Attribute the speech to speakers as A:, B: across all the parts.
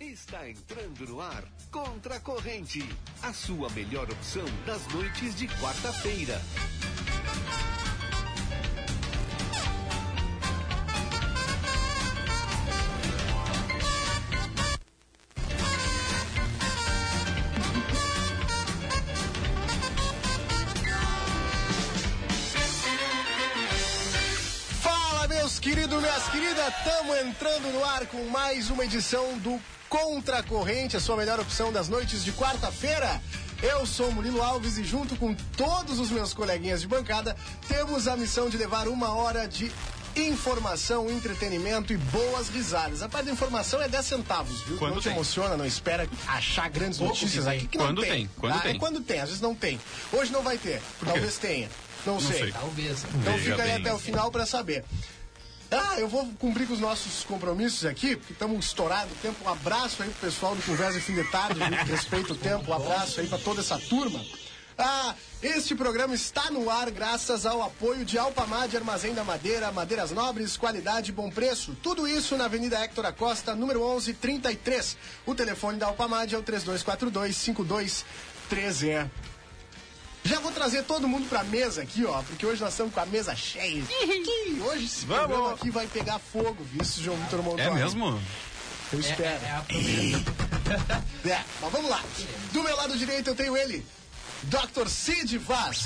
A: Está entrando no ar Contra a Corrente, a sua melhor opção das noites de quarta-feira.
B: Fala, meus queridos, minhas queridas, estamos entrando no ar com mais uma edição do Contra a Corrente, a sua melhor opção das noites de quarta-feira. Eu sou Murilo Alves e junto com todos os meus coleguinhas de bancada, temos a missão de levar uma hora de informação, entretenimento e boas risadas. A parte da informação é 10 centavos, viu?
C: Quando
B: não te
C: tem.
B: emociona, não espera achar grandes
C: Pouco
B: notícias
C: que tem.
B: aqui. Que não
C: Quando tem, quando
B: tá?
C: tem.
B: É quando tem, às vezes não tem. Hoje não vai ter, talvez tenha. Não, sei.
C: sei.
D: Talvez.
B: Então
C: Veja
B: fica aí
C: bem.
B: até o final pra saber. Ah, eu vou cumprir com os nossos compromissos aqui, porque estamos estourados o tempo. Um abraço aí pro pessoal do Conversa em Fim de Tarde, viu? Que respeita o tempo. Um abraço aí pra toda essa turma. Ah, este programa está no ar graças ao apoio de Alpamad Armazém da Madeira, Madeiras Nobres, qualidade e bom preço. Tudo isso na Avenida Héctor Acosta, número 1133. O telefone da Alpamad é o 3242-5213. Já vou trazer todo mundo pra mesa aqui, ó, porque hoje nós estamos com a mesa cheia. Ih, hoje esse
C: Vamos.
B: programa aqui vai pegar fogo, viu, esse João Vitor Montoro?
C: É mesmo?
B: Eu
D: É,
B: espero.
D: é a primeira.
B: É, mas vamos lá. Do meu lado direito eu tenho ele, Dr. Cid Vaz.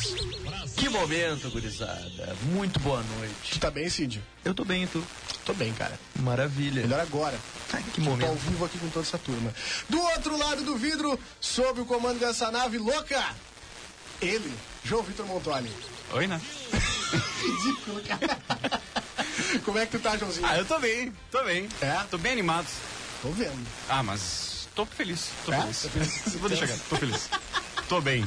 E: Que momento, gurizada. Muito boa noite.
B: Tu tá bem, Cid?
E: Eu tô bem, tu?
B: Tô bem, cara.
E: Maravilha.
B: Melhor agora.
E: Ai, que
B: Tô ao
E: momento.
B: vivo aqui com toda essa turma. Do outro lado do vidro, sob o comando dessa nave louca, ele, João Vitor Montoli.
C: Oi, né?
B: Ridículo, cara. Como é que tu tá, Joãozinho?
C: Ah, eu tô bem, tô bem.
B: É?
C: Tô bem animado.
B: Tô vendo.
C: Ah, mas tô feliz, tô
B: É?
C: feliz.
B: Tá feliz?
C: Vou deixar quieto, tô feliz. Tô bem.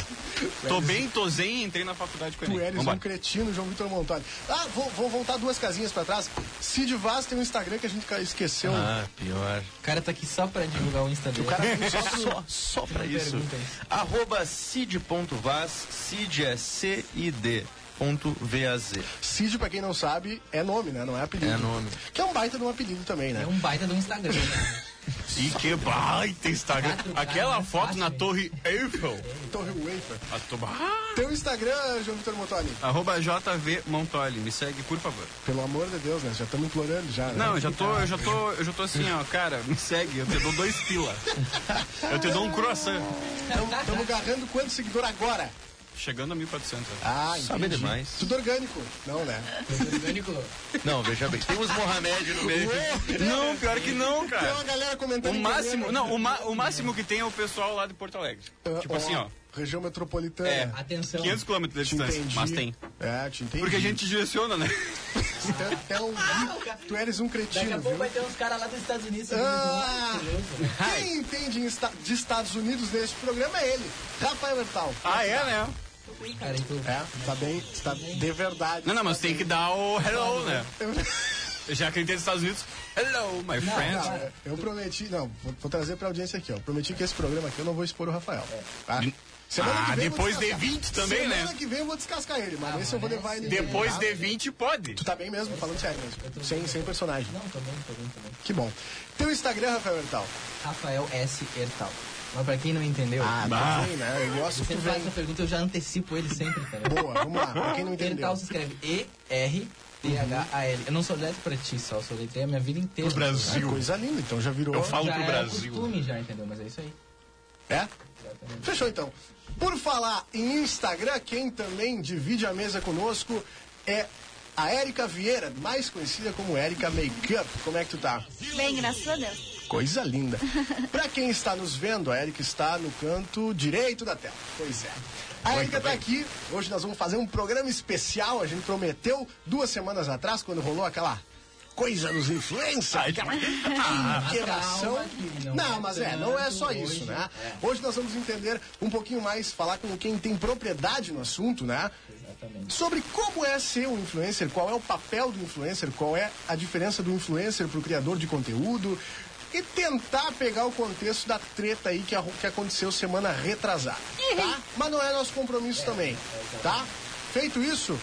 C: Tô bem, tô zen, entrei na faculdade com
B: Tu
C: ele.
B: eres um cretino, João Vitor Montoni. Ah, vou, vou voltar duas casinhas pra trás. Cid Vaz tem um Instagram que a gente esqueceu.
E: Ah, pior.
D: O cara tá aqui só pra divulgar o Insta dele.
B: O cara
E: Só, só pra isso.
D: Pergunta aí.
E: Arroba cid.vaz, cid é C-I-D, ponto V-A-Z.
B: Cid, pra quem não sabe, é nome, né? Não é apelido.
E: É nome.
B: Que é um baita de um apelido também,
D: É
B: né?
D: um baita do Instagram. né?
C: E que baita Instagram.
D: Quatro caras,
C: Aquela
D: né?
C: foto na
D: Fácil,
C: Torre Eiffel.
B: Torre Wafer.
C: A to- Ah!
B: Teu Instagram, João Vitor Montoni.
C: Arroba JV Montoli, me segue, por favor.
B: Pelo amor de Deus, né? Já estamos implorando já, né?
C: Não, eu já tô, eu já tô, eu já tô assim, ó, cara, me segue, eu te dou dois pila. Eu te dou um croissant.
D: Tá,
B: Estamos
C: tá.
B: agarrando quantos seguidores agora?
C: Chegando a 1400. né?
B: Ah,
E: Sabe demais.
B: Tudo orgânico. Não, né?
D: Orgânico.
E: Não, veja bem, tem uns Mohamed no meio.
C: Não, pior que não,
B: Tem
C: cara.
B: uma galera comentando.
C: É. O
B: em
C: máximo,
B: italiano.
C: não, o, ma- o máximo que tem é o pessoal lá de Porto Alegre.
B: Ah,
C: tipo assim, ó.
B: Região metropolitana.
C: É.
D: Atenção.
C: 500 km de
B: Te
C: distância,
B: entendi.
C: mas tem.
B: É, te entendi.
C: Porque a gente direciona, né?
B: Então, então, tu eres um
D: Daqui a
B: cretino,
D: pouco
B: viu?
D: vai ter uns caras lá dos Estados Unidos.
B: Ah!
D: Muito louco, né?
B: Quem entende em esta- de Estados Unidos neste programa é ele, Rafael Hertal.
C: Ah, é, né?
D: Cara, então,
B: É, tá bem, tá de verdade.
C: Não, não, mas tem que dar o hello, né? Já que ele tem dos Estados Unidos, hello, my
B: Não,
C: friend.
B: é, eu prometi, não, vou, vou trazer pra audiência aqui, ó. Prometi que esse programa aqui eu não vou expor o Rafael. Tá? Semana
C: Ah,
B: que vem eu vou
C: depois de
B: descascar.
C: 20 também,
B: Semana
C: né?
B: que vem eu vou descascar ele, Ah, mas esse eu vou levar ele.
C: Depois
B: Ah,
C: de 20 pode.
B: Tu tá bem mesmo, falando sério mesmo. Sem, sem personagem.
D: Não, tô bem, tô bem, tô bem.
B: Que bom. Teu Instagram, Rafael Hertal.
D: Rafael S. Hertal. Mas pra quem não entendeu,
B: tá bem, né? Eu gosto que
D: você
B: tu
D: faz
B: vem.
D: essa pergunta, eu já antecipo ele sempre, tá ligado?
B: Boa, vamos lá, pra quem não entendeu.
D: Hertal se escreve E-R-T-H-A-L. Eu não sou letra pra ti só, eu sou letra a minha vida inteira.
C: Pro Brasil.
B: Ah, coisa linda, então já virou.
C: Eu falo
D: Já
C: pro
D: é
C: Brasil.
D: costume já, entendeu? Mas é isso aí.
B: É? Fechou então. Por falar em Instagram, quem também divide a mesa conosco é a Érica Vieira, mais conhecida como Érica Makeup. Como é que tu tá?
F: Bem, graças a Deus.
B: Coisa linda. Pra quem está nos vendo, a Érica está no canto direito da tela. Pois é. A Érica tá aqui. Hoje nós vamos fazer um programa especial. A gente prometeu duas semanas atrás, quando rolou aquela coisa dos influencers, aquela interação.
D: calma que
B: Não,
D: não é
B: mas é, não é
D: tanto
B: só
D: hoje, É.
B: isso, né? Hoje nós vamos entender um pouquinho mais, falar com quem tem propriedade no assunto, né?
D: Exatamente.
B: Sobre como é ser um influencer, qual é o papel do influencer, qual é a diferença do influencer pro criador de conteúdo e tentar pegar o contexto da treta aí que, arru- que aconteceu semana retrasada, tá? Mas não é nosso compromisso também, tá? Feito isso,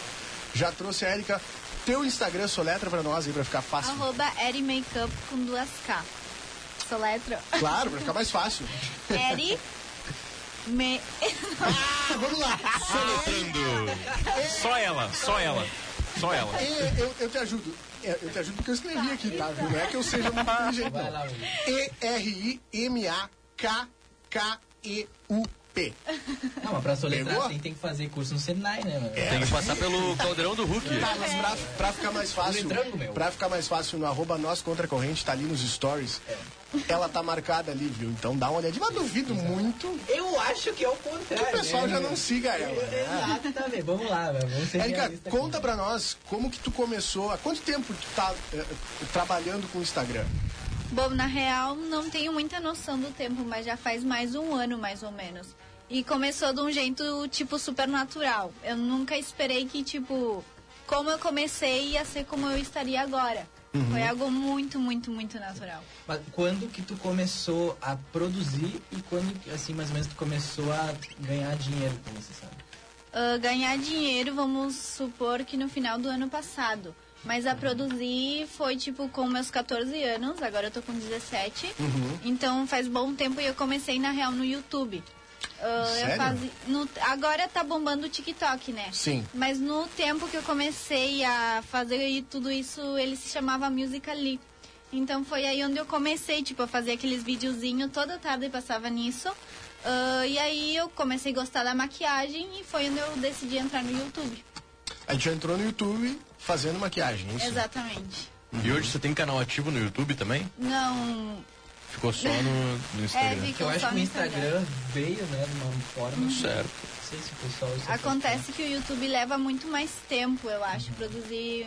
B: já trouxe a Érica teu Instagram soletra pra nós aí pra ficar fácil.
F: Arroba Eri Makeup com duas K. soletro?
B: Claro, pra ficar mais fácil.
F: Eri. Me.
B: Ah, vamos lá.
C: Soletrando. Só ela, só ela. Só ela.
B: E, eu, eu te ajudo. É, Eu te ajudo porque eu escrevi aqui, tá? viu? Não é que eu seja muito inteligente,
D: Vai lá,
B: não.
D: Will.
B: E-R-I-M-A-K-K-E-U-P.
D: Não, mas pra soletrar
B: Pegou?
D: assim tem que fazer curso no Senai, né, mano?
E: Tem que passar pelo caldeirão do Hulk.
B: Tá, mas pra, pra ficar mais fácil.
D: Letrango, meu.
B: Pra ficar mais fácil no arroba nós contra a corrente, tá ali nos stories.
D: É.
B: Ela tá marcada ali, viu? Então dá uma olhadinha. Mas duvido muito que
D: Eu acho que é o
B: o
D: contrário.
B: pessoal
D: né,
B: já
D: meu?
B: não siga ela. né?
D: Exato, tá bem. Vamos lá, velho. Vamos ser
B: Érica,
D: realistas aqui.
B: conta pra nós como que tu começou, há quanto tempo tu tá eh, trabalhando com o Instagram?
F: Bom, na real, não tenho muita noção do tempo, mas já faz mais um ano, mais ou menos. E começou de um jeito, tipo, super natural. Eu nunca esperei que, tipo, como eu comecei ia ser como eu estaria agora. Foi algo muito, muito, muito natural.
D: Mas quando que tu começou a produzir e quando, que, assim, mais ou menos, tu começou a ganhar dinheiro com isso, sabe?
F: Ah, ganhar dinheiro, vamos supor que no final do ano passado. Mas a produzir foi tipo com meus 14 anos, agora eu tô com 17. Então faz bom tempo e eu comecei na real no YouTube. Ah,
B: Sério?
F: eu fazi- no- agora tá bombando o TikTok, né?
B: Sim.
F: Mas no tempo que eu comecei a fazer e tudo isso, ele se chamava Musical.ly. Então foi aí onde eu comecei, tipo, a fazer aqueles videozinhos, toda tarde passava nisso. Ah, e aí eu comecei a gostar da maquiagem e foi onde eu decidi entrar no YouTube.
B: A gente já entrou no YouTube fazendo maquiagem, é isso?
F: Exatamente.
E: E hoje você tem canal ativo no YouTube também?
F: Não.
E: Ficou só no, no
F: É,
E: Instagram.
F: ficou
D: Eu acho
F: só
D: que o
F: no
D: Instagram veio, né, de uma forma...
E: Certo.
D: Não sei se o pessoal... se
F: Acontece que o YouTube leva muito mais tempo, eu
D: Uhum.
F: acho. Produzir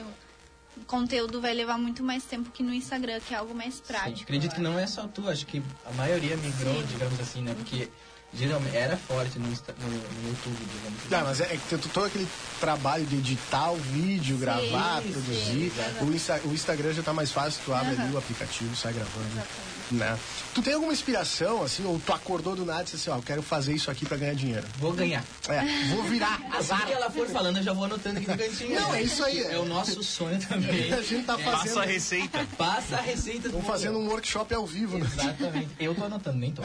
F: conteúdo vai levar muito mais tempo que no Instagram, que é algo mais prático.
D: Sim, acredito
F: eu
D: que não é só tu, acho que a maioria migrou, digamos assim, né? Porque geralmente era forte no, Insta- no, no YouTube, digamos assim.
B: Não, mas é, é que tem todo aquele trabalho de editar o vídeo, gravar,
F: sim,
B: produzir.
F: exato.
B: o, Insta- o Instagram já tá mais fácil, tu abre
F: Aham.
B: ali o aplicativo, sai gravando. Né? Tu tem alguma inspiração, assim, ou tu acordou do nada e disse assim, ó, eu quero fazer isso aqui pra ganhar dinheiro.
D: Vou ganhar.
B: É, vou virar.
D: Assim que ela for falando, eu já vou anotando aqui no cantinho.
B: Não,
D: né?
B: é isso aí, é.
D: É o nosso sonho também.
B: A gente tá
C: Passa a
B: fazendo,
C: receita.
D: Passa a receita do
B: vamos fazendo um workshop ao vivo, né?
D: Exatamente. Eu tô anotando, nem tô.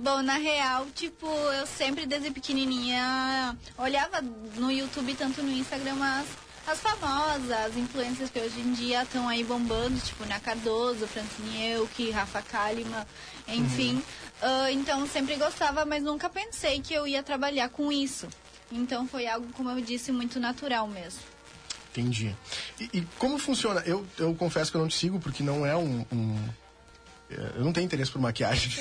F: Bom, na real, tipo, eu sempre desde pequenininha olhava no YouTube, tanto no Instagram, as, as famosas, as influências que hoje em dia estão aí bombando, tipo, na Cardoso, Francine Euck, Rafa Kalima, enfim.
D: Uhum.
F: Ah, então, sempre gostava, mas nunca pensei que eu ia trabalhar com isso. Então, foi algo, como eu disse, muito natural mesmo.
B: Entendi. E, e como funciona? Eu, eu confesso que eu não te sigo porque não é um. um- é, eu não tenho interesse por maquiagem.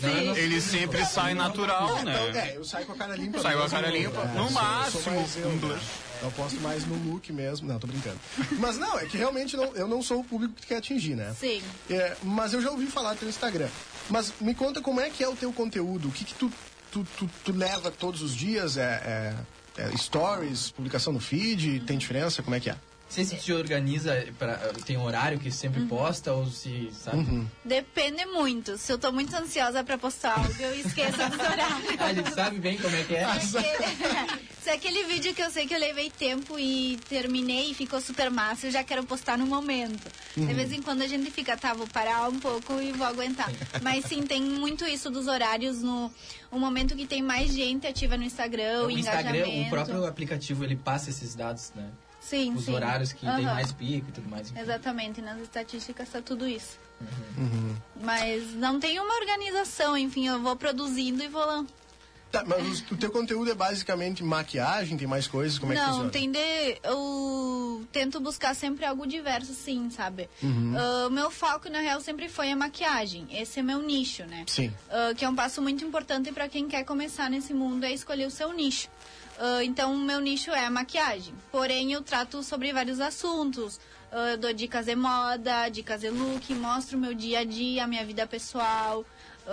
D: Não, eu não-
C: Ele sempre sai natural,
B: Então,
C: né?
B: é, eu saio com a cara limpa.
C: Sai com a
B: mesmo.
C: cara limpa.
B: É,
C: No
B: eu sou-
C: máximo,
B: Eu, sou mais eu,
C: um
B: né?
C: blush.
B: Eu aposto mais no look mesmo. Não, tô brincando. Mas não, é que realmente não- eu não sou o público que tu quer atingir, né?
F: Sim.
B: É, mas eu já ouvi falar do teu Instagram. Mas me conta como é que é o teu conteúdo. O que, que tu, tu, tu- tu leva todos os dias? É, é- é stories, publicação no feed? Tem diferença? Como é que é?
D: Você se te organiza, pra, tem um horário que sempre
F: Uhum.
D: posta ou se, sabe?
B: Uhum.
F: Depende muito. Se eu tô muito ansiosa pra postar algo, eu esqueço dos horários.
D: A gente sabe bem como é que é.
F: Porque- Se é aquele vídeo que eu sei que eu levei tempo e terminei e ficou super massa, eu já quero postar no momento.
D: Uhum.
F: De vez em quando a gente fica, tá, vou parar um pouco e vou aguentar. Mas sim, tem muito isso dos horários no o momento que tem mais gente ativa no Instagram,
D: É, O
F: o
D: Instagram,
F: engajamento.
D: o próprio aplicativo, ele passa esses dados, né?
F: sim,
D: Os
F: sim.
D: horários que tem
F: Aham.
D: mais pico e tudo mais. enfim.
F: Exatamente, nas estatísticas tá tudo isso.
D: Uhum.
F: Mas não tem uma organização, enfim, eu vou produzindo e vou lan-
B: Tá, mas o teu conteúdo é basicamente maquiagem, tem mais coisas, como é que
F: não,
B: funciona?
F: tem de. Eu tento buscar sempre algo diverso, sim, sabe?
B: Uhum.
F: Ah, meu foco, na real, sempre foi a maquiagem. Esse é meu nicho, né?
B: Sim.
F: Ah, que é um passo muito importante para quem quer começar nesse mundo é escolher o seu nicho. Ah, então, o meu nicho é a maquiagem. Porém, eu trato sobre vários assuntos. Ah, eu dou dicas de moda, dicas de look, mostro o meu dia a dia, a minha vida pessoal.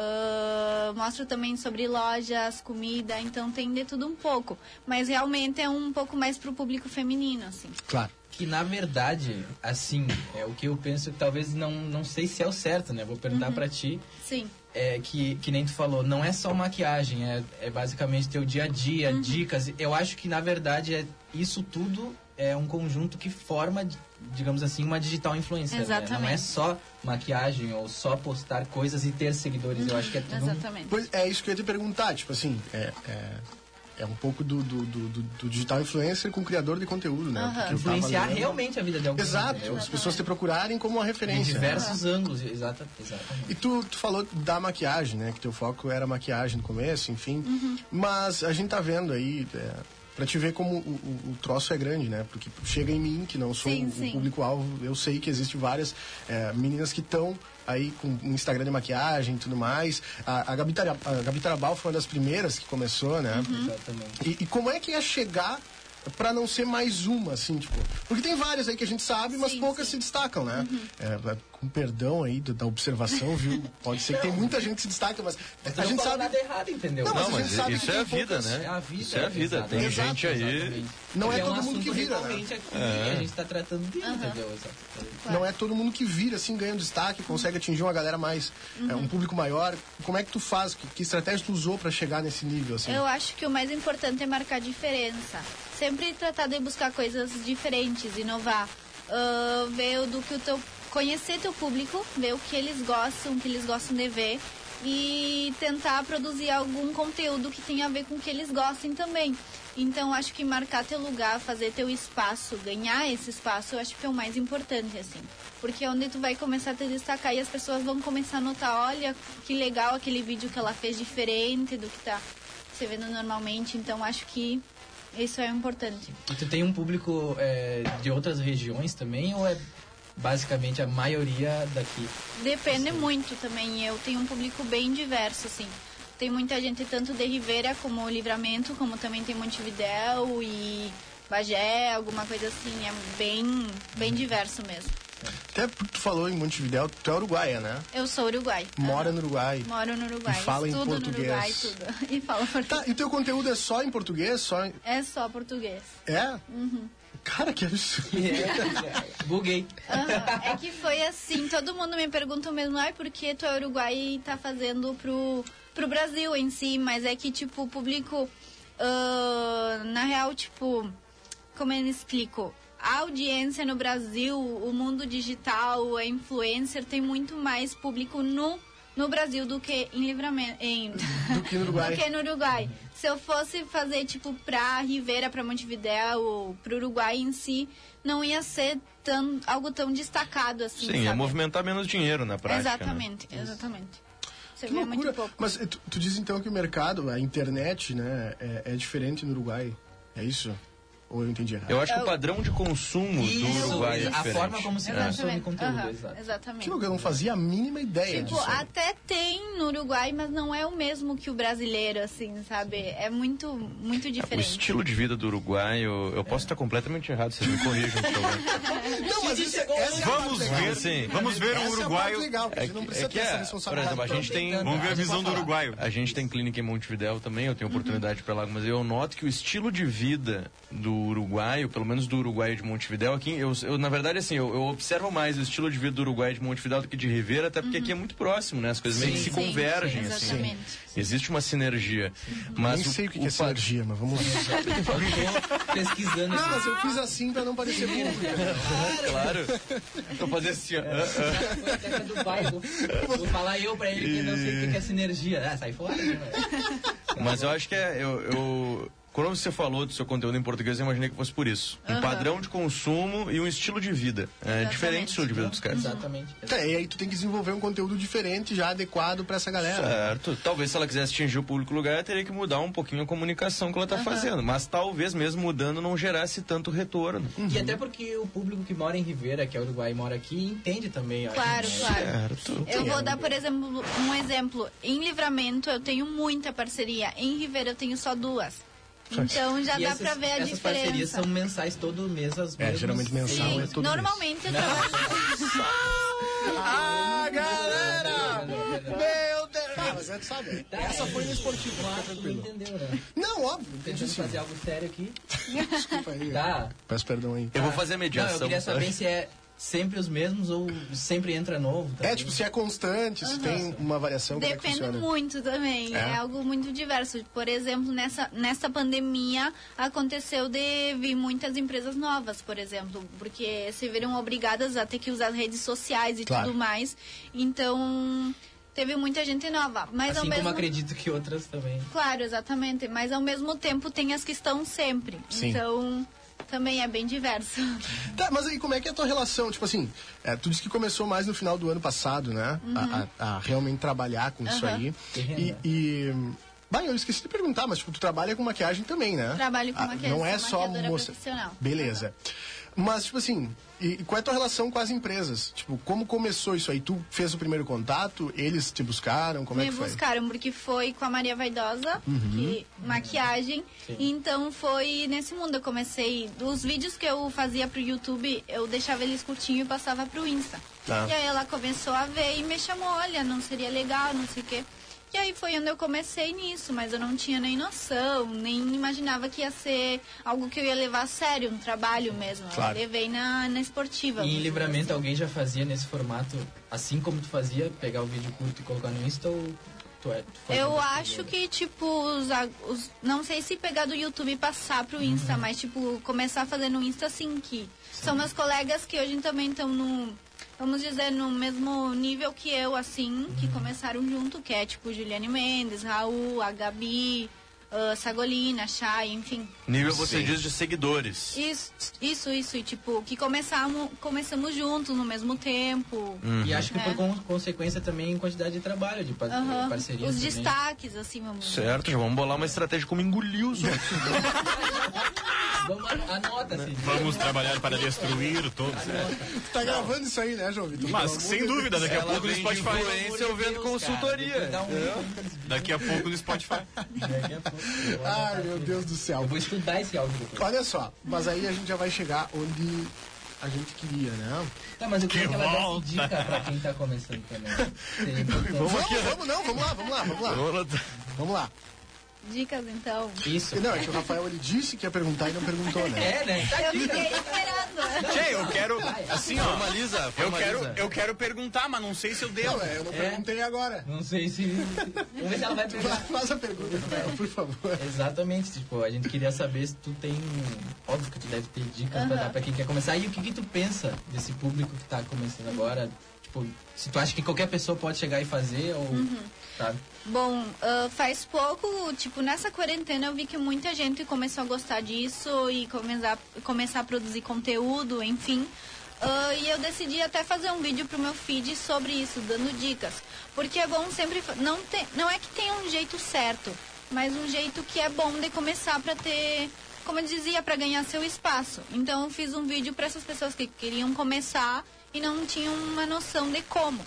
F: ah, mostro também sobre lojas, comida, então tem de tudo um pouco. Mas realmente é um pouco mais pro público feminino, assim.
B: Claro.
D: Que na verdade, assim, é o que eu penso que talvez não, não sei se é o certo, né? Vou
F: Uhum.
D: perguntar pra ti.
F: Sim.
D: É, que, que nem tu falou, não é só maquiagem, é, é basicamente teu dia a dia,
F: Uhum.
D: dicas. Eu acho que na verdade é isso tudo é um conjunto que forma de- digamos assim, uma digital influencer. né? Não é
F: Exatamente.
D: só maquiagem ou só postar coisas e ter seguidores. Eu acho que é tudo. um-
F: Uhum, Exatamente.
B: Pois é isso que eu ia te perguntar, tipo assim, é, é, é um pouco do, do, do- do- do digital influencer com criador de conteúdo, né?
F: Aham.
B: Porque eu tava
D: Influenciar
B: lendo-
D: realmente a vida de alguém.
B: Exato,
D: né? Eu-
B: as pessoas te procurarem como uma
D: de
B: referência. né?
D: diversos ângulos, exata, exatamente.
B: E tu, tu falou da maquiagem, né? Que teu foco era maquiagem no começo, enfim.
F: Uhum.
B: Mas a gente tá vendo aí, é, pra te ver como o, o- o troço é grande, né? Porque chega em mim, que não sou
F: Sim,
B: o-
F: sim.
B: o público-alvo, eu sei que existe várias é, meninas que estão aí com um Instagram de maquiagem e tudo mais. A, a, Gabi Tara- a Gabi Tarabal foi uma das primeiras que começou, né?
F: Uhum.
D: Exatamente.
B: E, e como é que é chegar pra não ser mais uma, assim, tipo? Porque tem várias aí que a gente sabe, mas
F: Sim,
B: poucas
F: sim. Uhum.
B: se destacam, né? É, é, com perdão aí do- da observação, viu? Pode ser que tem muita gente que se destaca, mas a
D: não
B: gente
D: fala
B: sabe.
D: nada errado, entendeu?
B: Não,
D: Não,
E: Não,
B: mas a
E: mas
B: gente sabe que
E: isso é
B: tem
E: a vida,
B: poucas-
E: né?
D: é a vida.
E: Isso é a vida.
D: exato.
E: Tem
B: Exato,
E: gente aí. É.
D: Exatamente.
B: Não é
D: um
B: todo mundo
D: assunto
B: que vira, né?
D: recorrente aqui, A gente tá tratando dele, entendeu? Exato.
B: Não é todo mundo que vira, assim, ganha um destaque, consegue atingir uma galera mais, é,
F: Uhum.
B: um público maior. Como é que tu faz? Que, que estratégia tu usou pra chegar nesse nível, assim?
F: Eu acho que o mais importante é marcar diferença. Sempre tratar de buscar coisas diferentes, inovar. Ah, ver o do que o teu. Conhecer teu público, ver o que eles gostam, o que eles gostam de ver. E tentar produzir algum conteúdo que tenha a ver com o que eles gostem também. Então acho que marcar teu lugar, fazer teu espaço, ganhar esse espaço, eu acho que é o mais importante, assim. Porque é onde tu vai começar a te destacar e as pessoas vão começar a notar, olha, que legal aquele vídeo que ela fez diferente do que tá se vendo normalmente, então acho que isso é importante.
D: E tu tem um público é, de outras regiões também, ou é basicamente a maioria daqui?
F: Depende muito também, eu tenho um público bem diverso, assim. Tem muita gente tanto de Ribeira como Livramento, como também tem Montevidéu e Bagé, alguma coisa assim, é bem, bem
B: Uhum.
F: diverso mesmo.
B: Até porque tu falou em Montevidéu, tu é uruguaia, né?
F: Eu sou uruguai.
B: Mora no Uruguai.
F: Moro no Uruguai,
B: E fala em
F: estudo no
B: português.
F: Uruguai, tudo. E falo português.
B: Tá, e teu conteúdo é só em português? Só em...
F: É só português.
B: É?
F: Uhum.
B: Cara, que absurdo. É.
D: Buguei.
F: Aham, É que foi assim, todo mundo me pergunta mesmo, ai, por que tu é Uruguai e tá fazendo pro, pro Brasil em si, mas é que, tipo, o público, ah, na real, tipo, como eu explico, a audiência no Brasil, o mundo digital, a influencer, tem muito mais público no, no Brasil do que em livramento, em...
B: Do que no Uruguai.
F: do que no Uruguai. Se eu fosse fazer, tipo, pra Rivera, pra Montevidéu, ou pro Uruguai em si, não ia ser tão, algo tão destacado assim,
E: Sim, é
F: sabe?
E: movimentar menos dinheiro na prática. né?
F: Exatamente, exatamente. Você
B: Que
F: vê é muito
B: loucura.
F: pouco.
B: Mas eh, tu, tu diz então que o mercado, a internet, né, é, é diferente no Uruguai. É isso? Ou eu entendi errado?
E: Eu acho que o padrão de consumo do
D: Isso,
E: Uruguai é
D: a
E: diferente.
D: forma como se consome conteúdo,
F: aham,
D: exato.
B: Que é
F: exatamente.
B: louco, eu não fazia a mínima ideia
F: Tipo,
B: disso. Então,
F: até tem no Uruguai, mas não é o mesmo que o brasileiro, assim, sabe? É muito, muito
E: O
F: diferente.
E: estilo de vida do Uruguai, eu, eu posso estar completamente errado, vocês me corrijam. por favor.
B: Não, mas isso, essa é a
C: Vamos
B: parte legal.
C: ver,
E: Sim.
C: vamos ver
B: Essa
C: o
B: é a parte
C: uruguaio.
B: legal, porque
E: É
B: você não
E: que-
B: precisa
E: é que
B: ter essa
E: é,
B: responsabilidade.
E: por exemplo, a gente
B: toda.
E: tem- um
C: Vamos ver a
B: Pode
C: visão do
B: falar.
C: uruguaio.
E: A gente tem clínica em Montevidéu também, eu tenho
B: Uhum.
E: oportunidade pra lá, mas eu noto que o estilo de vida do uruguaio, pelo menos do uruguaio de Montevidéu, aqui, eu, eu, na verdade, assim, eu, eu observo mais o estilo de vida do uruguaio de Montevidéu do que de Rivera, até
B: Uhum.
E: porque aqui é muito próximo, né? As coisas meio que se
F: sim,
E: convergem,
F: sim,
E: assim.
F: exatamente.
E: Existe uma sinergia. Mas
B: Nem sei o que, que é
E: pa-
B: sinergia, mas vamos lá.
D: Tô pesquisando
B: Não, mas
D: aqui.
B: eu fiz assim pra não parecer burro.
E: Claro. Tô fazendo assim, ó.
B: É.
D: Foi até pra Dubai, vou- Vou falar eu pra ele que não sei o que que é sinergia. Ah, sai fora, né, velho?
E: Mas eu acho que é. Eu, eu- quando você falou do seu conteúdo em português, eu imaginei que fosse por isso. Um padrão de consumo e um estilo de vida. É,
F: Exatamente.
E: diferente o estilo de vida dos
D: Uhum.
E: caras.
D: Exatamente.
B: Tá, e aí tu tem que desenvolver um conteúdo diferente, já adequado pra essa galera.
E: Certo. Talvez se ela quisesse atingir o público lugar, ela teria que mudar um pouquinho a comunicação que ela tá fazendo. Mas talvez mesmo mudando não gerasse tanto retorno.
B: Uhum.
D: E até porque o público que mora em Rivera, que é Uruguai, e mora aqui, entende também. eu acho,
F: Claro,
E: é
D: né?
F: claro.
E: Certo.
F: Eu vou dar, por exemplo, um exemplo. Em Livramento eu tenho muita parceria. Em Ribeira eu tenho só duas. Então já
D: E
F: dá
D: essas-
F: pra ver a
D: essas parcerias
F: diferença.
D: são mensais todo mês, as
B: É, geralmente
F: Sim,
B: mensal, é todo mês.
F: normalmente eu trabalho.
B: Ah,
D: Tá, galera!
B: Meu Deus! Ah, mas é, tu sabe,
D: Tá,
B: essa foi no esportivo,
F: Tá,
B: fica tranquilo.
D: Ah, Entendeu, né?
B: Não, óbvio, entendi
D: Tentando
B: sim.
D: fazer algo sério aqui.
B: Desculpa aí.
D: Tá.
B: Peço perdão aí.
E: Eu vou fazer a
D: Não, eu
E: mediação.
D: queria
B: tá.
E: sabe?
D: saber se é sempre os mesmos ou sempre entra novo? tá?
B: É,
D: também?
B: tipo, se é constante, se tem uma variação, como é que
F: Depende
B: funciona?
F: muito também, é. algo muito diverso. Por exemplo, nessa, nessa pandemia aconteceu de vir muitas empresas novas, por exemplo, porque se viram obrigadas a ter que usar redes sociais e
B: Claro.
F: tudo mais. Então, teve muita gente nova. Mas ao
D: assim
F: mesmo
D: como acredito que outras também.
F: Claro, exatamente. Mas ao mesmo tempo tem as que estão sempre.
B: Sim.
F: Então, também é bem diverso.
B: Tá, mas aí como é que é a tua relação? Tipo assim, é, tu disse que começou mais no final do ano passado, né? A, a- a realmente trabalhar com isso
F: Uhum. Aham.
B: aí.
D: Que renda.
B: E. Bem, eu esqueci de perguntar, mas tipo, tu trabalha com maquiagem também, né?
F: Trabalho com
B: Ah,
F: maquiagem,
B: Não é
F: sou
B: só
F: maquiadora
B: moça.
F: profissional.
B: Beleza. Mas, tipo assim, e, e qual é a tua relação com as empresas? Tipo, como começou isso aí? Tu fez o primeiro contato? Eles te buscaram? Como é
F: Me
B: que foi? Uhum.
F: buscaram um porque foi com a Maria Vaidosa, que maquiagem. Então foi nesse mundo eu comecei. Os vídeos que eu fazia pro YouTube, eu deixava eles curtinho e passava pro Insta.
B: Tá.
F: E aí ela começou a ver e me chamou, olha, não seria legal, não sei o quê. E aí foi onde eu comecei nisso, mas eu não tinha nem noção, nem imaginava que ia ser algo que eu ia levar a sério, um trabalho mesmo.
B: Claro.
F: Eu levei na, na esportiva.
D: E em livramento alguém já fazia nesse formato, assim como tu fazia, pegar o vídeo curto e colocar no Insta ou tu é? tu foi
F: Eu
D: uma
F: acho
D: pessoa?
F: que, tipo, os, a- os- Não sei se pegar do YouTube e passar pro Insta, mas, tipo, começar a fazer no Insta assim, que são meus colegas que hoje também estão no. Vamos dizer, no mesmo nível que eu, assim, que começaram junto, que é tipo Juliane Mendes, Raul, a Gabi, ah, Sagolina, Chay, enfim.
E: Nível, você diz, de seguidores.
F: Isso, isso, isso, e tipo, que começamos, começamos juntos no mesmo tempo.
D: E acho que
F: É.
D: por con- consequência também em quantidade de trabalho, de par
F: Aham.
D: parcerias.
F: Os
D: também.
F: destaques, assim, vamos dizer.
E: Certo, já vamos bolar uma estratégia como engolir os outros.
D: Vamos, anota, assim.
G: Vamos trabalhar para destruir todos. né?
B: Tu tá gravando isso aí, né, João Vitor?
G: Mas
B: Pelo amor
G: sem
B: de Deus.
G: dúvida, daqui a pouco no
E: vem de
G: Spotify.
E: influência, eu vendo consultoria.
D: Dá um
G: Daqui a pouco no Spotify.
D: Daqui a pouco. eu
B: Ai,
D: anoto
B: meu
D: aqui.
B: Deus do céu.
D: Eu vou estudar esse áudio depois.
B: Olha só, mas aí a gente já vai chegar onde a gente queria, né?
D: Tá, mas eu queria
G: Que
D: que ela desse
G: volta.
D: dica pra quem tá começando também. Seria importante.
B: É. Vamos, né? vamos, não, vamos lá, vamos lá, vamos lá. Vamos lá.
F: Dicas, então.
D: Isso.
B: Não, é que o Rafael ele disse que ia perguntar e não perguntou, né?
D: É, né? Tá
F: Eu
D: dica.
F: fiquei esperando.
C: Che, eu quero. Assim, ó.
E: Formaliza,
C: Eu
E: formaliza.
C: quero, eu quero perguntar, mas não sei se eu devo.
B: Não, é, eu não perguntei agora.
D: Não sei se. Vamos ver se ela vai pegar.
B: Faz a pergunta, Rafael, por favor.
D: Exatamente, tipo, a gente queria saber se tu tem. Óbvio que tu deve ter dicas pra dar pra quem quer começar. E o que, que tu pensa desse público que tá começando agora? Tipo, se tu acha que qualquer pessoa pode chegar e fazer ou.
F: Uhum.
D: Sabe?
F: Bom, ah, faz pouco, tipo, nessa quarentena eu vi que muita gente começou a gostar disso e começar, começar a produzir conteúdo, enfim. Ah, e eu decidi até fazer um vídeo pro meu feed sobre isso, dando dicas. Porque é bom sempre. fa- Não, te, não é que tenha um jeito certo, mas um jeito que é bom de começar pra ter. Como eu dizia, pra ganhar seu espaço. Então eu fiz um vídeo pra essas pessoas que queriam começar e não tinham uma noção de como.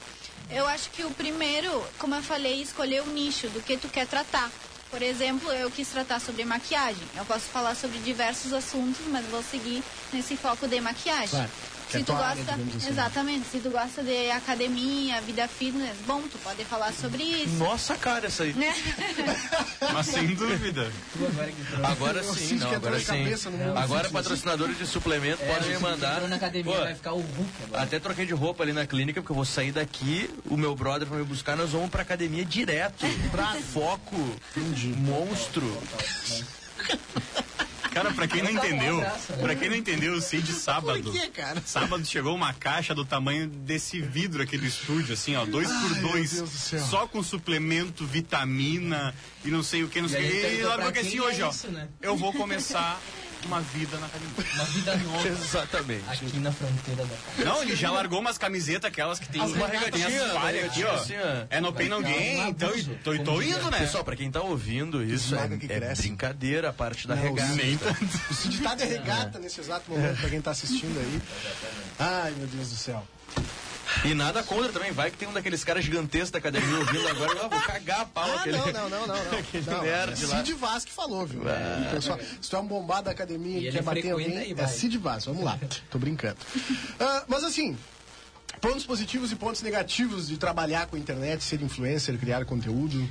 F: Eu acho que o primeiro, como eu falei, escolher o nicho do que tu quer tratar. Por exemplo, eu quis tratar sobre maquiagem. Eu posso falar sobre diversos assuntos, mas vou seguir nesse foco de maquiagem.
B: Claro, que é
F: Se tu
B: tua área,
F: gosta,
B: digamos assim, né?
F: exatamente, se tu gosta de academia, vida fitness, bom, tu pode falar sobre isso,
E: Nossa cara, essa aí.
F: né?
G: Mas sem dúvida.
D: Tu agora que trouxe.
E: Agora
B: Eu
E: sim,
B: sinto
E: não,
B: que
E: agora
B: entrou na cabeça
E: sim.
B: no mundo
E: Agora
B: fitness.
E: patrocinadores de suplemento
D: É,
E: podem
D: se
E: me
D: tu
E: mandar.
D: entrou na academia
E: Pô, Ah.
D: vai ficar o Hulk agora.
E: Até troquei de roupa ali na clínica, porque eu vou sair daqui, o meu brother vai me buscar, nós vamos pra academia direto. Pra foco. Monstro.
G: Cara, pra quem não entendeu,
D: abraço, né?
G: pra quem não entendeu, o Cid sábado. Sábado chegou uma caixa do tamanho desse vidro aqui do estúdio, assim, ó, dois por
B: meu
G: dois,
B: Deus do céu.
G: só com suplemento, vitamina e não sei o que, não
D: E
G: sei o
D: aí
G: que. E
D: perguntou
G: lá
D: pra
G: falou que
D: quem
G: assim
D: é
G: hoje, ó,
D: isso, né?
G: eu vou começar uma vida na academia.
D: Uma vida nova
E: Exatamente.
D: aqui na fronteira da
G: Não, ele já largou umas camisetas, aquelas que tem
D: As
G: tem
D: regatinhas,
G: as falhas aqui, ó.
E: assim, ó.
G: É no Pain
D: Vai dar um
G: Alguém, então, e
D: abuso,
G: tô, e tô
D: como diria.
G: indo, né?
E: Pessoal, pra quem tá ouvindo isso, é,
B: Esmaga que
E: é
B: cresce.
E: brincadeira a parte da
B: Não,
E: regata.
G: Nem tanto.
B: O Cid tá de regata nesse exato momento, pra quem tá assistindo aí. Ai, meu Deus do céu.
E: E nada contra também, vai que tem um daqueles caras gigantescos da academia ouvindo agora, eu ah, vou cagar a pau
B: Ah,
E: aquele.
B: não, não, não, não, não.
E: aquele
B: não. é
E: nerd lá. Ah.
B: Cid Vaz que falou, viu? Então, só- se tu é um bombado da academia
D: E
B: e
D: ele
B: quer bater
D: frequenta
B: alguém,
D: e
B: é
D: vai.
B: Cid Vaz, vamos lá. Tô brincando. Ah, mas assim, pontos positivos e pontos negativos de trabalhar com a internet, ser influencer, criar conteúdo.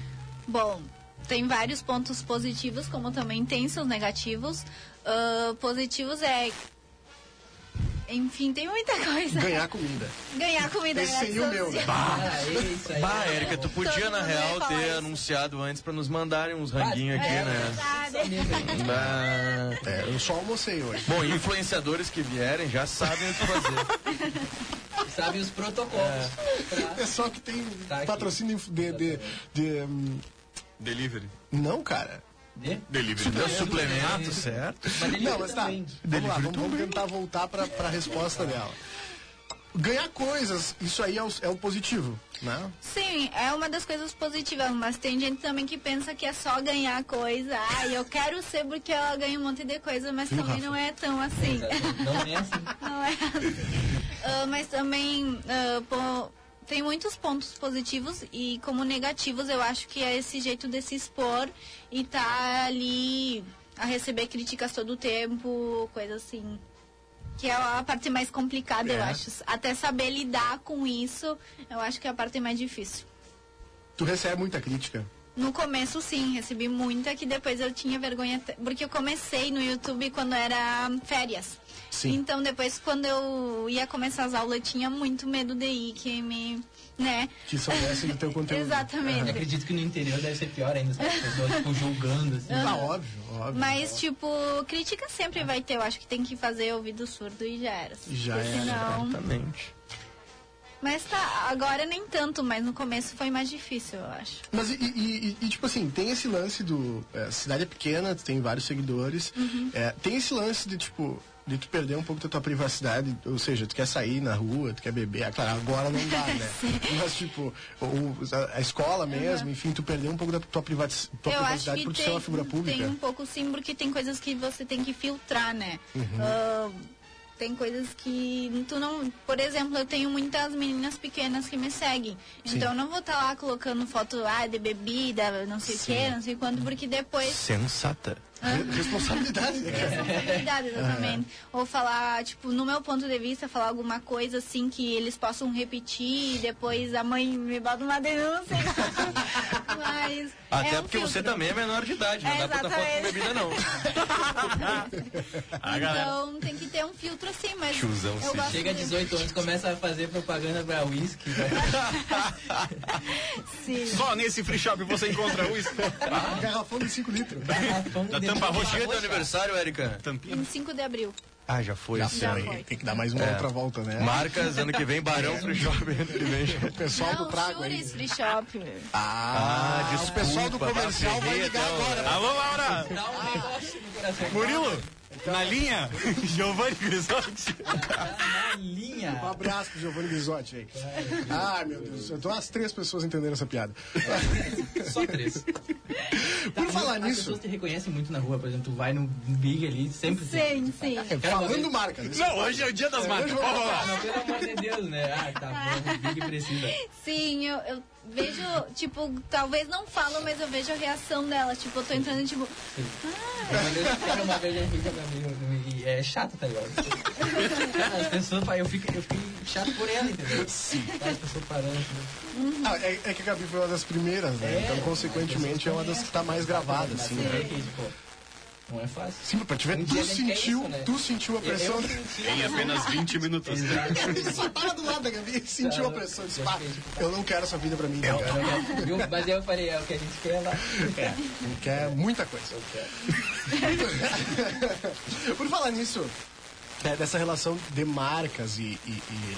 F: Bom, tem vários pontos positivos, como também tem seus negativos. Ah, positivos é Enfim, tem muita coisa.
B: Ganhar comida.
F: Ganhar comida
B: Esse
F: grátis.
B: seria o meu, né?
F: social.
D: Ah, isso aí.
E: Bah, Érica, tu podia,
F: Todo
E: na
F: mundo
E: real,
F: vai falar
E: ter
F: Então, isso.
E: anunciado antes pra nos mandarem uns ranguinhos aqui,
F: É
E: né?
F: verdade.
E: Bah.
B: É, eu só almocei hoje.
E: Bom, influenciadores que vierem já sabem o que fazer.
D: Sabe os protocolos.
B: É só que tem
D: Tá aqui.
B: patrocínio de. de, de, hum,
G: Delivery.
B: não, cara.
D: Né?
G: Delivery.
E: É suplemento, certo?
D: Mas ele
B: Não, mas tá.
D: também.
B: Vamos lá, vamos, vamos tentar voltar pra, pra resposta dela. Ganhar coisas, isso aí é o, é o positivo, né?
F: Sim, é uma das coisas positivas, mas tem gente também que pensa que é só ganhar coisa. Ai, eu quero ser porque eu ganho um monte de coisa, mas
B: Viu,
F: também
B: Rafa?
F: não é tão assim.
D: Não é assim.
F: Não é. Ah, mas também ah, po- tem muitos pontos positivos e como negativos eu acho que é esse jeito de se expor e tá ali a receber críticas todo o tempo, coisa assim. Que é a parte mais complicada, eu acho. Até saber lidar com isso, eu acho que é a parte mais difícil.
B: Tu recebe muita crítica.
F: No começo, sim, recebi muita, que depois eu tinha vergonha, até- porque eu comecei no YouTube quando era férias.
B: Sim.
F: Então, depois, quando eu ia começar as aulas, eu tinha muito medo de ir, que me... né?
B: Que soubesse do teu conteúdo. É.
D: Eu
F: Exatamente.
D: acredito que no interior deve ser pior ainda, as pessoas tipo, julgando assim.
B: Ah, óbvio, óbvio.
F: Mas, tipo, crítica sempre vai ter. Eu acho que tem que fazer ouvido surdo e já era.
B: Já
F: Porque
B: era,
F: senão-
E: Exatamente.
F: Mas tá, agora nem tanto, mas no começo foi mais difícil, eu acho.
B: Mas e, e- e- e, tipo assim, tem esse lance do. é, cidade é pequena, tu tem vários seguidores.
F: Uhum.
B: É, tem esse lance de, tipo, de tu perder um pouco da tua privacidade. Ou seja, tu quer sair na rua, tu quer beber. Ah, claro, agora não dá, né? Mas, tipo, ou, a, a escola mesmo, enfim, tu perder um pouco da tua, privati- tua
F: Uhum. eu acho
B: privacidade
F: que
B: por tu
F: tem,
B: ser uma figura pública.
F: tem um pouco sim, porque tem coisas que você tem que filtrar, né?
B: Uhum.
F: Ah, tem coisas que tu não... Por exemplo, eu tenho muitas meninas pequenas que me seguem. Então eu não vou estar lá colocando foto ah, de bebida, não sei o que, não sei quanto, porque depois...
E: Sensata.
B: Re- Responsabilidade, né, cara?
F: Responsabilidade, exatamente. Ou falar, tipo, no meu ponto de vista, falar alguma coisa assim que eles possam repetir e depois a mãe me bota uma denúncia. Mas...
E: Até
F: é um
E: porque você
F: filtro.
E: também é menor de idade, não dá
F: É,
E: pra botar foto com
F: exatamente.
E: bebida, não.
F: Então tem que ter um filtro assim, mas.
E: Tiozão,
F: eu
E: sim.
F: gosto
D: Chega a
F: de-
D: 18 anos, começa a fazer propaganda pra whisky. né?
F: Sim.
G: Só nesse free shop você encontra uísque.
B: Um garrafão de 5 litros.
D: Garrafão
G: Da
D: de-
G: tampa roxa.
E: Dia do aniversário, Érica.
G: Tampinha.
F: 25 de abril.
E: Ah, já foi.
B: Já
E: esse
F: Já
E: ano.
B: foi,
F: foi.
B: Tem que dar mais uma
E: É.
B: outra volta, né?
E: Marcas, ano que vem, Barão pro Jovem, ano que vem.
B: O pessoal do
F: Não,
B: trago aí.
F: Chures Free Shop.
E: Ah,
B: o pessoal do
E: desculpa,
B: comercial vai
E: ferrei
B: ligar
E: até o-
B: agora.
G: Alô, Laura!
D: Dá um negócio no coração.
G: Murilo!
D: Então.
G: Na linha, Giovanni Grisotti.
D: Tá Na
B: Um
D: linha.
B: abraço pro Giovanni Bisotti aí. Ai, meu Deus. Eu tô as três pessoas entendendo essa piada.
D: Só três.
F: Tá,
B: Por falar
D: As
B: nisso,
D: pessoas te reconhecem muito na rua, por exemplo, tu vai no Big ali, sempre tem.
F: Sim, sim.
B: é, falando marcas.
G: Não, hoje é o dia das marcas.
B: hoje eu vou
G: Vamos lá.
D: Ah, mas pelo amor de Deus, né? Ah, tá bom, o Big precisa.
F: Sim, eu, eu vejo, tipo, talvez não falo, mas eu vejo a reação dela. Tipo, eu tô entrando, tipo,
D: Uma vez, cara, uma vez eu fico pra mim, e é chato, tá ligado? As pessoas, pá, eu fico, eu fico chato por ela, entendeu? Sim. As pessoas parando. assim.
B: Ah, é, é que a Gabi foi uma das primeiras, né?
D: É,
B: Então, consequentemente, é uma das que tá mais gravada, assim.
D: Você vê
B: né?
D: que, tipo, não é fácil.
B: Sim, pra te ver,
D: Um
B: tu
D: dia ele quer
B: sentiu,
D: isso, né?
B: tu sentiu a pressão.
D: Eu senti.
G: Em apenas 20 minutos.
B: Ele só tava do lado da Gabi e sentiu a pressão. Disse, "Pá, eu não quero essa vida pra
G: É
B: mim,
E: é
B: não, cara.
D: Eu- eu- Mas eu falei, é o que a gente quer lá.
B: Ele quer muita coisa. Por falar nisso, é, dessa relação de marcas e, e- e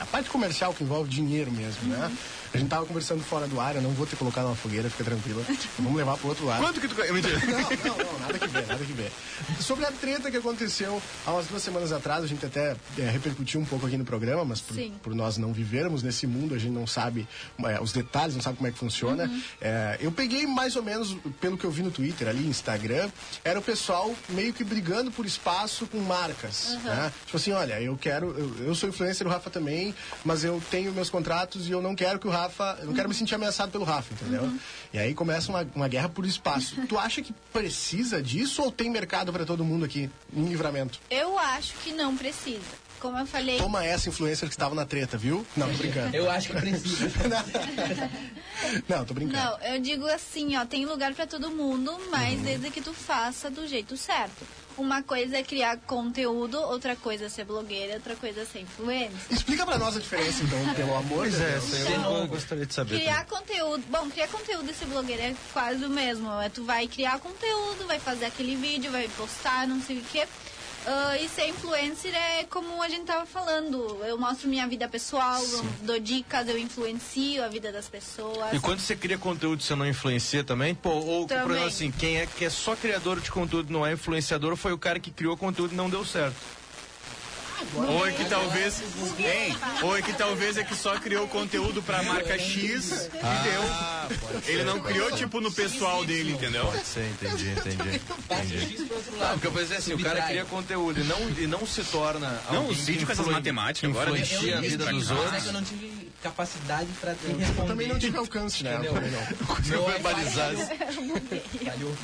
B: a parte comercial que envolve dinheiro mesmo, né? A gente tava conversando fora do ar, eu não vou ter colocado na fogueira, fica tranquila. Vamos levar pro outro lado.
G: Quanto que tu. ganha? Mentira.
B: Não, não, não, nada que ver, nada que ver. Sobre a treta que aconteceu há umas duas semanas atrás, a gente até é, repercutiu um pouco aqui no programa, mas por,
F: Sim.
B: por nós não vivermos nesse mundo, a gente não sabe é, os detalhes, não sabe como é que funciona. É, eu peguei mais ou menos, pelo que eu vi no Twitter, ali, Instagram, era o pessoal meio que brigando por espaço com marcas. né? Tipo assim, olha, eu quero, eu, eu sou influencer, o Rafa também, mas eu tenho meus contratos e eu não quero que o Rafa, eu não quero me sentir ameaçado pelo Rafa, entendeu? E aí começa uma, uma guerra por espaço. tu acha que precisa disso ou tem mercado pra todo mundo aqui em livramento?
F: eu acho que não precisa. Como eu falei,
B: Toma essa influencer que estava na treta, viu? Não, tô
E: É.
B: brincando.
D: Eu acho que precisa.
B: Não, tô brincando.
F: Não, eu digo assim, ó, tem lugar pra todo mundo, mas desde que tu faça do jeito certo. uma coisa é criar conteúdo, outra coisa é ser blogueira, outra coisa é ser influencer.
B: Explica pra nós a diferença, então, pelo amor de
H: Pois é,
B: Deus.
H: isso aí eu
F: Então,
H: go- gostaria de saber.
F: Criar conteúdo. Bom, criar conteúdo e ser blogueira é quase o mesmo. É tu vai criar conteúdo, vai fazer aquele vídeo, vai postar, não sei o quê. Ah, e ser influencer é como a gente tava falando. Eu mostro minha vida pessoal, eu dou dicas, eu influencio a vida das pessoas.
E: E quando você cria conteúdo, você não influencia também? Pô, ou
F: Também.
E: o problema é assim, quem é que é só criador de conteúdo não é influenciador, foi o cara que criou conteúdo e não deu certo.
G: Ou é que talvez.
F: Buguei,
G: Hein?
F: rapaz.
G: Ou é que talvez é que só criou conteúdo pra marca X e deu. Ele não criou, tipo, no pessoal dele, entendeu?
E: Pode ser, entendi, entendi. entendi.
D: Isso pro outro
E: Ah,
D: lado.
E: porque eu pensei assim, o cara
D: Subtrai.
E: cria conteúdo e não, e não se torna.
G: Não,
E: alguém
G: os vídeos
E: que
G: com essas
E: influi-
G: matemáticas agora, né?
D: Eu
E: Influencia a
D: fiz,
E: vida
D: mas
E: dos
D: é que
E: outros.
D: Eu não tive capacidade pra te
B: Eu
D: responder.
B: também não tive alcance, né?
D: Entendeu?
E: Eu
D: Meu
E: verbalizar
D: iPhone Falhou.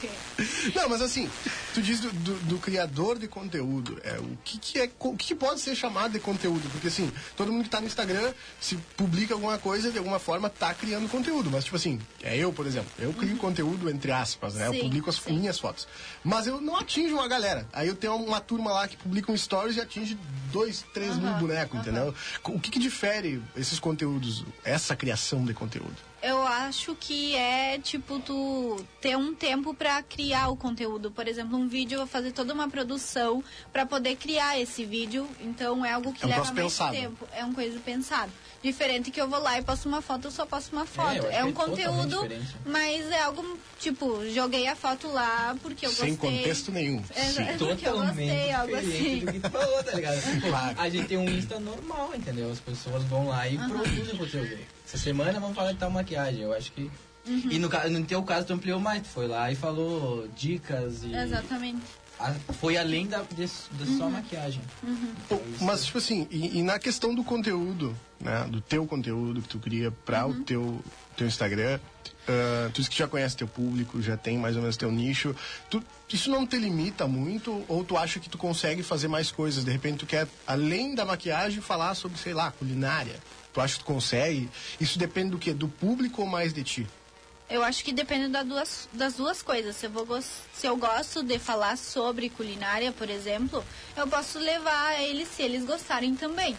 B: Não, mas assim, tu diz do, do- do criador de conteúdo. É, o que, que é, co- o que que pode ser chamado de conteúdo? Porque assim, todo mundo que tá no Instagram, se publica alguma coisa, de alguma forma tá criando conteúdo. Mas tipo assim, é eu, por exemplo, eu crio conteúdo entre aspas, né? eu
F: Uhum. Sim,
B: publico as
F: sim.
B: minhas fotos. Mas eu não atinjo uma galera. Aí eu tenho uma turma lá que publica um stories e atinge dois, três mil bonecos, entendeu? O que, que difere esses conteúdos, essa criação de conteúdo?
F: Eu acho que é tipo tu ter um tempo pra criar o conteúdo. Por exemplo, um vídeo eu vou fazer toda uma produção pra poder criar esse vídeo. Então é algo que
B: É um
F: leva mais
B: troço pensado.
F: tempo. É uma coisa pensada. Diferente que eu vou lá e posto uma foto, eu só posto uma
D: eu
F: foto.
D: acho
F: É, um
D: que é totalmente
F: conteúdo,
D: diferente.
F: mas é algo tipo, joguei a foto lá porque eu
B: Sem
F: gostei.
B: contexto nenhum.
F: É, é porque eu
D: Totalmente
F: gostei, algo
D: diferente
F: assim.
D: do que tu falou, tá ligado? Tipo, A gente tem um Insta normal, entendeu? As pessoas vão lá e produzem conteúdo. Essa semana vamos falar de tal maquiagem, eu acho que...
F: Uhum.
D: E no, ca- no teu caso, tu ampliou mais. Tu foi lá e falou dicas e...
F: Exatamente. Uhum.
D: a- foi além da, de- da só maquiagem.
B: Pô, Mas, tipo assim, e, e na questão do conteúdo, né? Do teu conteúdo que tu cria pra o teu, teu Instagram, ah, tu disse que já conhece teu público, já tem mais ou menos teu nicho. Tu, isso não te limita muito? Ou tu acha que tu consegue fazer mais coisas? De repente tu quer, além da maquiagem, falar sobre, sei lá, culinária. Tu acha que tu consegue? Isso depende do quê? Do público ou mais de ti?
F: Eu acho que depende das duas, das duas coisas. Se eu, vou, gos- se eu gosto de falar sobre culinária, por exemplo, eu posso levar eles se eles gostarem também.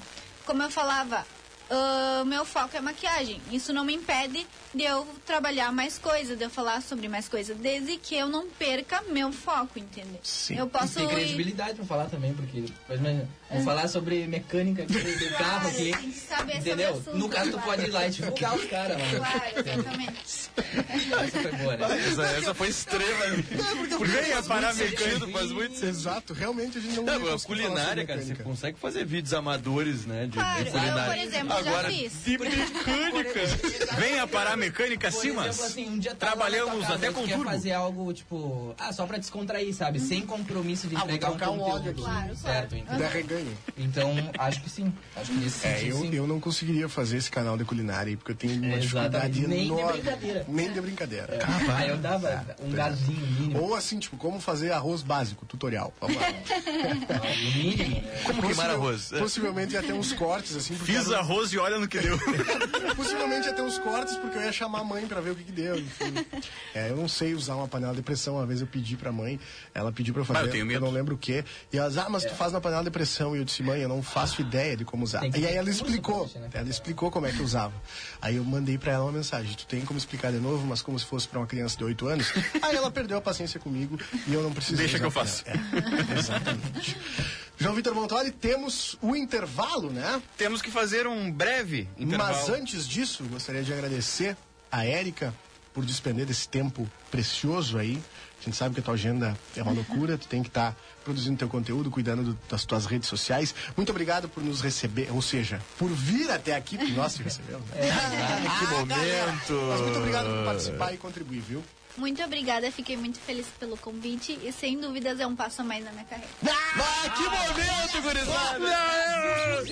F: Como eu falava, ah, meu foco é maquiagem. Isso não me impede de eu trabalhar mais coisas, de eu falar sobre mais coisas, desde que eu não perca meu foco, entendeu?
B: Sim.
F: Eu
D: E
F: posso
D: tem
F: ir.
D: credibilidade pra falar também, porque depois, imagina, vou falar sobre mecânica de de carro
F: Claro,
D: aqui.
F: tem que saber sobre o
D: Entendeu?
F: assunto,
D: No caso, tu
F: claro.
D: pode ir lá e divulgar os caras, mano.
F: Claro, exatamente.
D: Essa foi boa, né?
E: Essa, essa foi extrema.
G: Vem a parar mecânica.
E: Sentido, faz muito sentido.
B: Exato, realmente a gente não...
E: Não,
B: liga
E: a
B: se tu falar sobre
E: culinária, cara, você
B: mecânica.
E: consegue fazer vídeos amadores, né? De,
F: Claro,
E: de
F: eu,
E: culinária.
F: por exemplo, já
E: Agora,
F: fiz.
E: de mecânica.
G: Venha parar mecânica
D: Por
G: acima.
D: exemplo, assim, um dia tu tá lá na
G: Trabalhamos
D: tua casa,
G: até
D: aí tu
G: com
D: quer
G: turbo.
D: fazer algo, tipo, ah, só pra descontrair, sabe? Sem compromisso de
B: Ah, vou
D: entregar um
B: trocar um
D: conteúdo.
B: óleo aqui.
F: Uhum. Claro,
D: certo,
F: claro.
D: entendeu?
B: Dá reganho.
D: Então, acho que sim. Acho que nesse
B: É,
D: sentido,
B: eu,
D: sim.
B: eu não conseguiria fazer esse canal de culinária aí, porque eu tenho uma
D: É, exatamente.
B: dificuldade
D: Nem de
B: enorme.
D: brincadeira.
B: Nem de brincadeira.
D: Aí eu dava um gazinho mínimo.
B: Ou assim, tipo, como fazer arroz básico, tutorial. Vamos lá.
D: No mínimo, né?
E: Como queimar
B: Possivel-
E: arroz?
B: Possivelmente ia ter uns cortes, assim. porque
G: Fiz
B: era-
G: arroz e olha no que deu.
B: Possivelmente ia ter uns cortes, porque eu ia chamar a mãe pra ver o que, que deu. enfim. É, eu não sei usar uma panela de pressão. Uma vez eu pedi pra mãe, ela pediu pra eu fazer,
G: Ah, eu tenho medo.
B: não lembro o que. E ela disse, ah, mas tu faz na panela de pressão. E eu disse, mãe, eu não faço ideia de como usar.
D: Tem que
B: E aí
D: ter um
B: ela
D: curso pra
B: explicou.
D: mexer na
B: Ela explicou como é que usava. Aí eu mandei pra ela uma mensagem. Tu tem como explicar de novo, mas como se fosse pra uma criança de 8 anos? Aí ela perdeu a paciência comigo e eu não precisei.
G: Deixa
B: usar
G: que eu
B: a panela.
G: faço.
B: É, exatamente. João Vitor Montoli, temos o intervalo, né?
G: Temos que fazer um breve
B: Mas
G: intervalo.
B: antes disso, gostaria de agradecer a Érica por despender desse tempo precioso aí. A gente sabe que a tua agenda é uma loucura, tu tem que estar produzindo teu conteúdo, cuidando do- das tuas redes sociais. Muito obrigado por nos receber, ou seja, por vir até aqui, porque nós te recebemos. Né?
E: que momento.
B: Mas muito obrigado por participar e contribuir, viu?
F: Muito obrigada, fiquei muito feliz pelo convite e sem dúvidas é um passo a mais na minha carreira.
E: Ah, que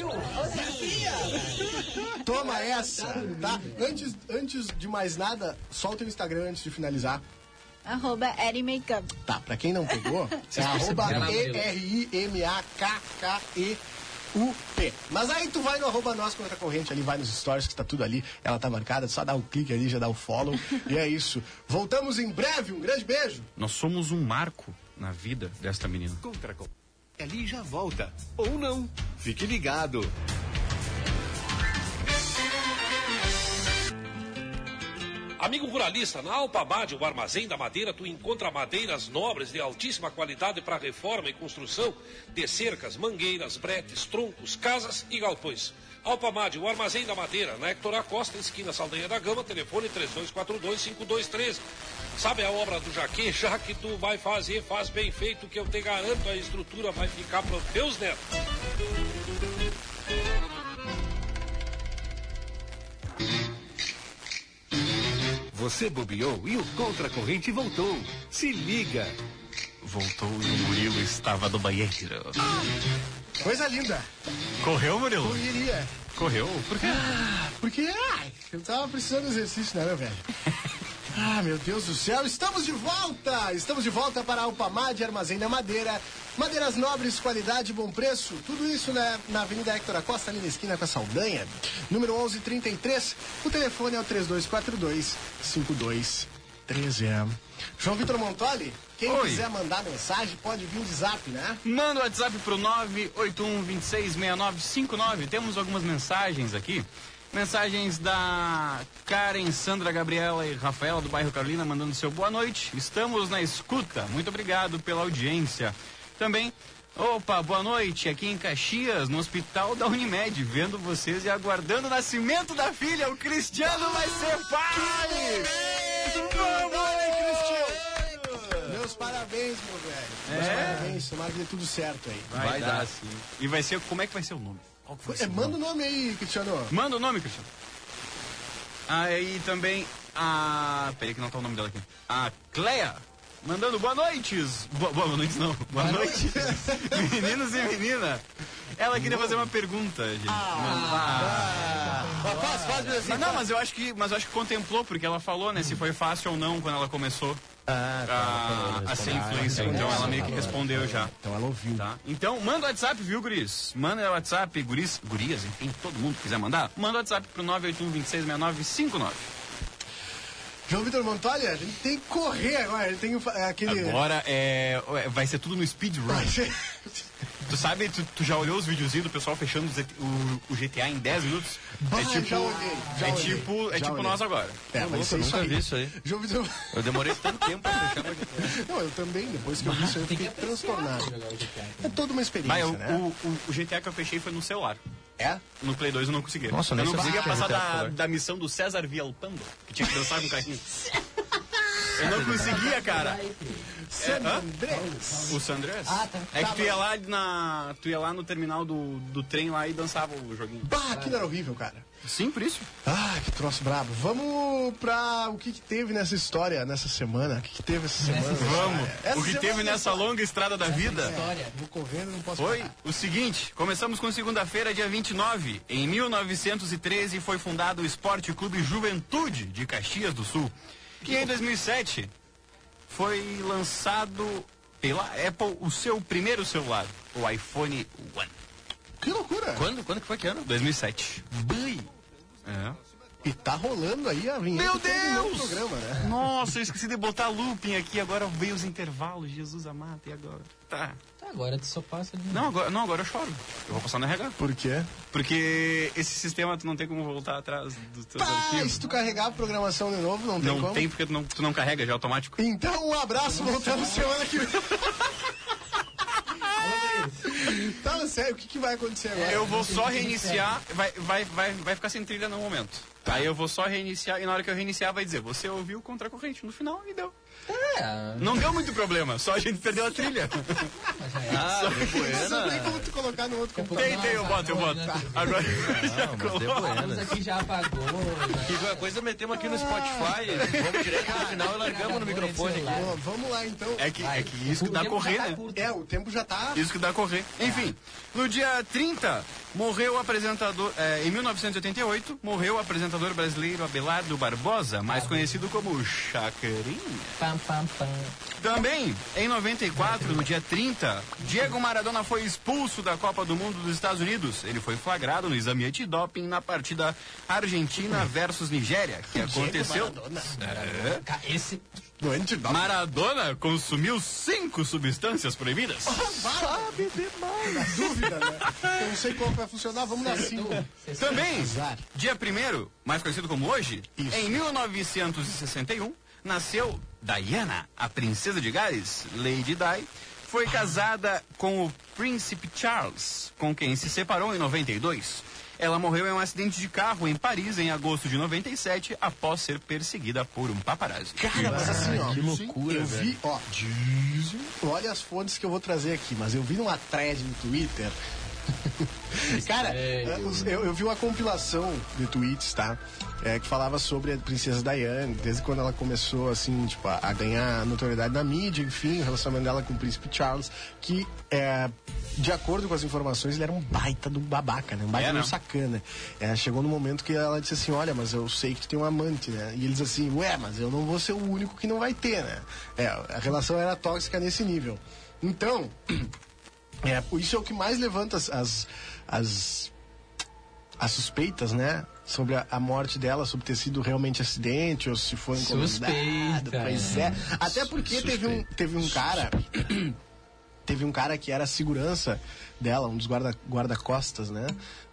E: momento, gurizada!
B: Toma essa, tá? Antes, antes de mais nada, solta o Instagram antes de finalizar.
F: Arroba Eri Makeup.
B: Tá, pra quem não pegou, é arroba E-R-I-M-A-K-K-E-U-P. Mas aí tu vai no arroba nós contra a corrente ali, vai nos stories que tá tudo ali, ela tá marcada, só dá um o clique ali, já dá o follow. e é isso. Voltamos em breve, um grande beijo.
G: Nós somos um marco. na vida desta menina.
A: Contra com. Ali já volta. Ou não. Fique ligado.
H: Amigo ruralista, na Alpamade, o armazém da madeira, tu encontra madeiras nobres de altíssima qualidade para reforma e construção de cercas, mangueiras, bretes, troncos, casas e galpões. Alpamade, o armazém da madeira, na Hector Acosta, esquina Saldanha da Gama, telefone 32425213. Sabe a obra do Jaque? Já que tu vai fazer, faz bem feito, que eu te garanto, a estrutura vai ficar para os teus netos.
A: Você bobeou e o Contra Corrente voltou. Se liga.
G: Voltou e o Murilo estava do banheiro.
B: Coisa linda.
G: Correu, Murilo?
B: Eu iria.
G: Correu. Por quê?
B: Porque, ai, eu tava precisando de exercício, né, meu velho? Ah, meu Deus do céu, estamos de volta! Estamos de volta para a Upamad Armazém da Madeira. Madeiras nobres, qualidade, bom preço. Tudo isso né, na Avenida Hector Acosta, ali na esquina com a Saldanha. Número 1133. O telefone é o 3242-5213. João Vitor Montoli, quem
G: Oi.
B: quiser mandar mensagem pode vir de zap, né?
G: Manda o WhatsApp pro 981266959. Temos algumas mensagens aqui. Mensagens da Karen, Sandra, Gabriela e Rafaela do bairro Carolina mandando seu boa noite. Estamos na escuta. Muito obrigado pela audiência. Também, opa, boa noite. Aqui em Caxias, no hospital da Unimed, vendo vocês e aguardando o nascimento da filha. O Cristiano vai ser pai!
B: Meus parabéns, meu velho. Meus parabéns, tomara que dê tudo certo aí.
G: É? Vai,
E: Vai dar, sim.
G: E vai ser, como é que vai ser o nome?
B: É, manda o nome aí, Cristiano.
G: Manda o nome, Cristiano. Aí também a. Peraí que não tá o nome dela aqui. A Cleia. Mandando boa noites. Boa, boa noites não. Boa, noite. Meninos e menina. Ela queria fazer uma pergunta, gente.
I: Faz, faz, meu
G: Ah. Mas não, mas eu acho que. Mas eu acho que contemplou, porque ela falou, né, se foi fácil ou não quando ela começou
I: Ah,
G: a, a ser influencer. Então ela meio que respondeu já.
B: Então ela ouviu.
G: Tá? Então, manda o WhatsApp, viu, guris? Manda o WhatsApp, guris, gurias, enfim, todo mundo que quiser mandar, manda o WhatsApp pro 981266959.
B: João Vitor Montoli, a gente tem que correr agora. Ele tem o fa- aquele.
G: Agora é, é, vai ser tudo no speedrun. Tu sabe, tu, tu já olhou os videozinhos do pessoal fechando os GT- o, o GTA em 10 minutos?
B: Bah,
G: é tipo,
B: já olhei, já
G: é
B: olhei,
G: tipo,
B: já
G: é tipo
B: olhei.
G: nós agora.
B: É, vai ser isso
E: nunca
B: aí.
E: vi isso aí.
B: João Vitor.
E: Eu demorei tanto tempo pra fechar. mas-
B: Não, eu também, depois que eu vi isso, aí, eu fiquei transtornado. É toda uma
G: Vai,
B: experiência,
G: o,
B: né?
G: o, o- o GTA que eu fechei foi no celular.
B: É?
G: No Play 2 eu não consegui.
E: Nossa, eu
G: eu
E: nem
G: não
E: sabia que era
G: conseguia passar
E: GTA
G: da,
E: celular.
G: da missão do César Villalpando, que tinha que dançar com o carrinho. Eu não conseguia, cara. É,
B: San
G: hã?
B: Andrés.
G: O Sandrés?
D: Ah, tá.
G: É
B: Tá,
G: que tu ia lá, na, tu ia lá no terminal do, do trem lá e dançava o joguinho.
B: Bah, aquilo era horrível, cara.
G: Sim, por isso.
B: Ah, que troço brabo. Vamos pra o que, que teve nessa história, nessa semana. O que, que teve essa semana?
G: Vamos.
B: É, Essa
G: o que
B: semana
G: teve
B: tem
G: nessa longa estrada da vida
D: História.
B: Vou correndo, não posso
G: foi
B: parar.
G: o seguinte: começamos com segunda-feira, dia 29. Em 1913 foi fundado o Esporte Clube Juventude de Caxias do Sul. E em 2007 foi lançado pela Apple o seu primeiro celular, o iPhone One.
B: Que loucura.
G: Quando? Quando que foi que ano? 2007. Bui. É.
B: E tá rolando aí a vinheta.
G: Meu
B: que terminou o
G: Deus!
B: programa, né?
G: Nossa, eu esqueci de botar looping aqui, agora veio os intervalos, Jesus amado, e agora? Tá.
D: Tá, agora tu só passa de
G: Não, agora, não, agora eu choro. Eu vou passar no RH.
B: Por quê?
G: Porque esse sistema tu não tem como voltar atrás dos teus
B: Mas
G: arquivos.
B: se tu carregar a programação de novo, não tem
G: Não
B: como.
G: tem porque tu não, tu não carrega, já é automático.
B: Então, um abraço, voltamos semana que vem. tá, sério, o que, que vai acontecer agora?
G: Eu vou só reiniciar, vai, vai, vai, vai ficar sem trilha no momento. Aí eu vou só reiniciar e na hora que eu reiniciar vai dizer, você ouviu contra a corrente no final e deu. é?
D: Ah,
G: Não deu muito problema, só a gente perdeu a trilha.
E: Ah, de
B: Isso não tem
E: buena.
B: como tu colocar no outro computador.
G: Tem, tem, eu boto, eu boto. Agora já
E: Não, mas de
G: coloco.
D: a luz
E: buena.
D: aqui já apagou. né?
E: Que qualquer coisa metemos aqui
B: Ah.
E: no Spotify, vamos direto no final e largamos no microfone aqui.
B: Bom, vamos lá, então.
G: É que, é que isso que dá a correr, né?
B: É, o tempo já tá...
G: Isso que dá a correr. Enfim, no dia 30, morreu o apresentador. eh, em 1988, morreu o apresentador brasileiro Abelardo Barbosa, mais conhecido como Chacrinha.
D: Pam, pam, pam.
G: Também, em 94, no dia 30, Diego Maradona foi expulso da Copa do Mundo dos Estados Unidos. Ele foi flagrado no exame antidoping na partida Argentina versus Nigéria, que aconteceu.
D: Cara, esse uh,
B: É. Doente não.
G: Maradona consumiu cinco substâncias proibidas.
B: Sabe demais. Dúvida, né? Eu não sei qual vai funcionar, vamos na 5.
G: Também,
B: Azar.
G: dia 1 mais conhecido como hoje, em 1961, nasceu Diana, a princesa de Gales, Lady Di, foi casada com o príncipe Charles, com quem se separou em 92. Ela morreu em um acidente de carro em Paris em agosto de 97, após ser perseguida por um paparazzi.
B: Cara, mas assim, ó.
E: que loucura,
B: Eu
E: velho.
B: vi, ó. Olha as fontes que eu vou trazer aqui, mas eu vi numa thread no Twitter. Cara, eh, os- eu, eu vi uma compilação de tweets, tá? Eh, que falava sobre a princesa Diane, desde quando ela começou, assim, tipo, a, a ganhar notoriedade na mídia, enfim, o relacionamento dela com o príncipe Charles, que, eh, de acordo com as informações, ele era um baita do babaca, né? Um baita
G: É,
B: do
G: né?
B: sacana. Eh, chegou no momento que ela disse assim, olha, mas eu sei que tu tem um amante, né? E eles assim, ué, mas eu não vou ser o único que não vai ter, né? É, a relação era tóxica nesse nível. Então, é, isso é o que mais levanta as, as, as, as suspeitas, né? Sobre a, a morte dela, sobre ter sido realmente acidente, ou se foi encomendado.
D: Suspeita.
B: Pois é. Até porque teve um, teve um cara. Teve um cara que era a segurança dela, um dos guarda- guarda-costas, né?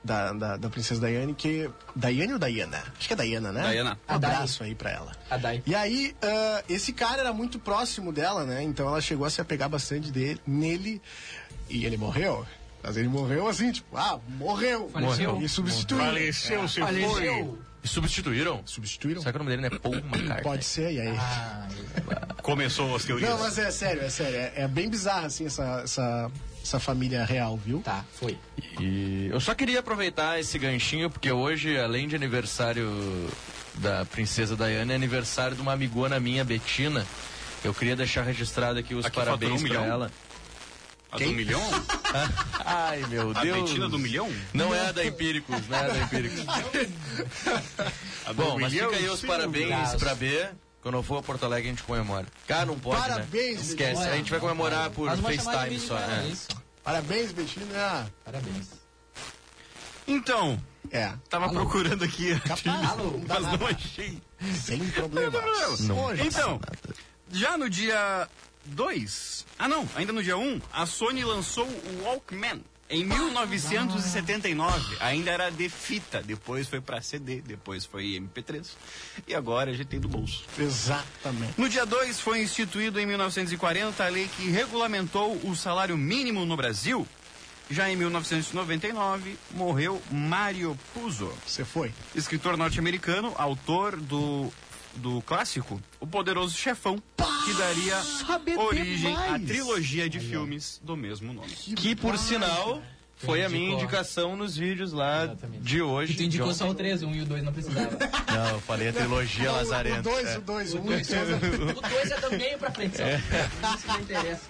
B: Da, da, da princesa Daiane, que. Daiane ou Diana? Acho que é Diana, né?
G: Diana.
B: Abraço aí pra ela.
D: A Dai.
B: E aí, ah, esse cara era muito próximo dela, né? Então ela chegou a se apegar bastante dele, nele e ele morreu. Mas ele morreu assim, tipo, ah, morreu.
D: Faleceu.
B: E É. substituíram.
G: Faleceu, se
E: E substituíram?
B: Substituíram?
E: Será que o nome dele não é Paul McCartney?
B: Pode ser, e aí?
G: Começou as teorias.
B: Não, mas é sério, é sério. É, é bem bizarro, assim, essa, essa, essa família real, viu?
D: Tá, foi.
E: E eu só queria aproveitar esse ganchinho, porque hoje, além de aniversário da princesa Diana, é aniversário de uma amigona minha, Betina. Eu queria deixar registrado aqui os
G: Aqui
E: parabéns
G: faturou um
E: pra
G: milhão?
E: ela.
G: A do um milhão?
E: Ai, meu
G: A
E: Deus.
G: Betina do milhão?
E: Não é a da Empíricos, não é a da Empíricos.
G: A do
E: Bom, mas
G: milhão,
E: fica aí os
G: sim.
E: parabéns pra B. Quando eu for a Porto Alegre, a gente comemora. Cara, não pode,
B: Parabéns,
E: né? Esquece.
D: Betina.
E: A gente vai comemorar por
D: Faz uma chamada
E: FaceTime
D: de é vídeo
E: só,
D: pra ela,
E: né?
D: isso.
B: Parabéns, Betina.
D: Parabéns.
G: Então,
B: É,
G: tava procurando aqui,
E: Ah.
D: Alô,
B: dá
G: mas não
B: nada.
G: achei.
B: sem
G: Não
B: problema.
G: tem problema.
B: Hoje.
G: Então, já no dia 2, ah não, ainda no dia 1, um, a Sony lançou o Walkman. Em 1979, ainda era de fita, depois foi pra CD, depois foi MP3 e agora a gente tem do bolso.
B: Exatamente.
G: No dia 2 foi instituído em 1940 a lei que regulamentou o salário mínimo no Brasil. Já em 1999 morreu Mario Puzo
B: Você foi.
G: escritor norte-americano, autor do, do clássico O Poderoso Chefão, que daria origem à trilogia de filmes do mesmo nome.
E: Que, por sinal, foi a minha
D: Indicou.
E: indicação nos vídeos lá
D: Exatamente.
E: de hoje.
D: E tu indicou
E: de ontem.
D: só o 3, o 1 e o 2 não precisava.
E: Não, eu falei a trilogia
B: O
E: Lazarento.
B: 2,
E: é.
B: o 2, o 1 e o Então, dois. um, então,
D: o 2 é do meio pra frente, só. Isso não interessa.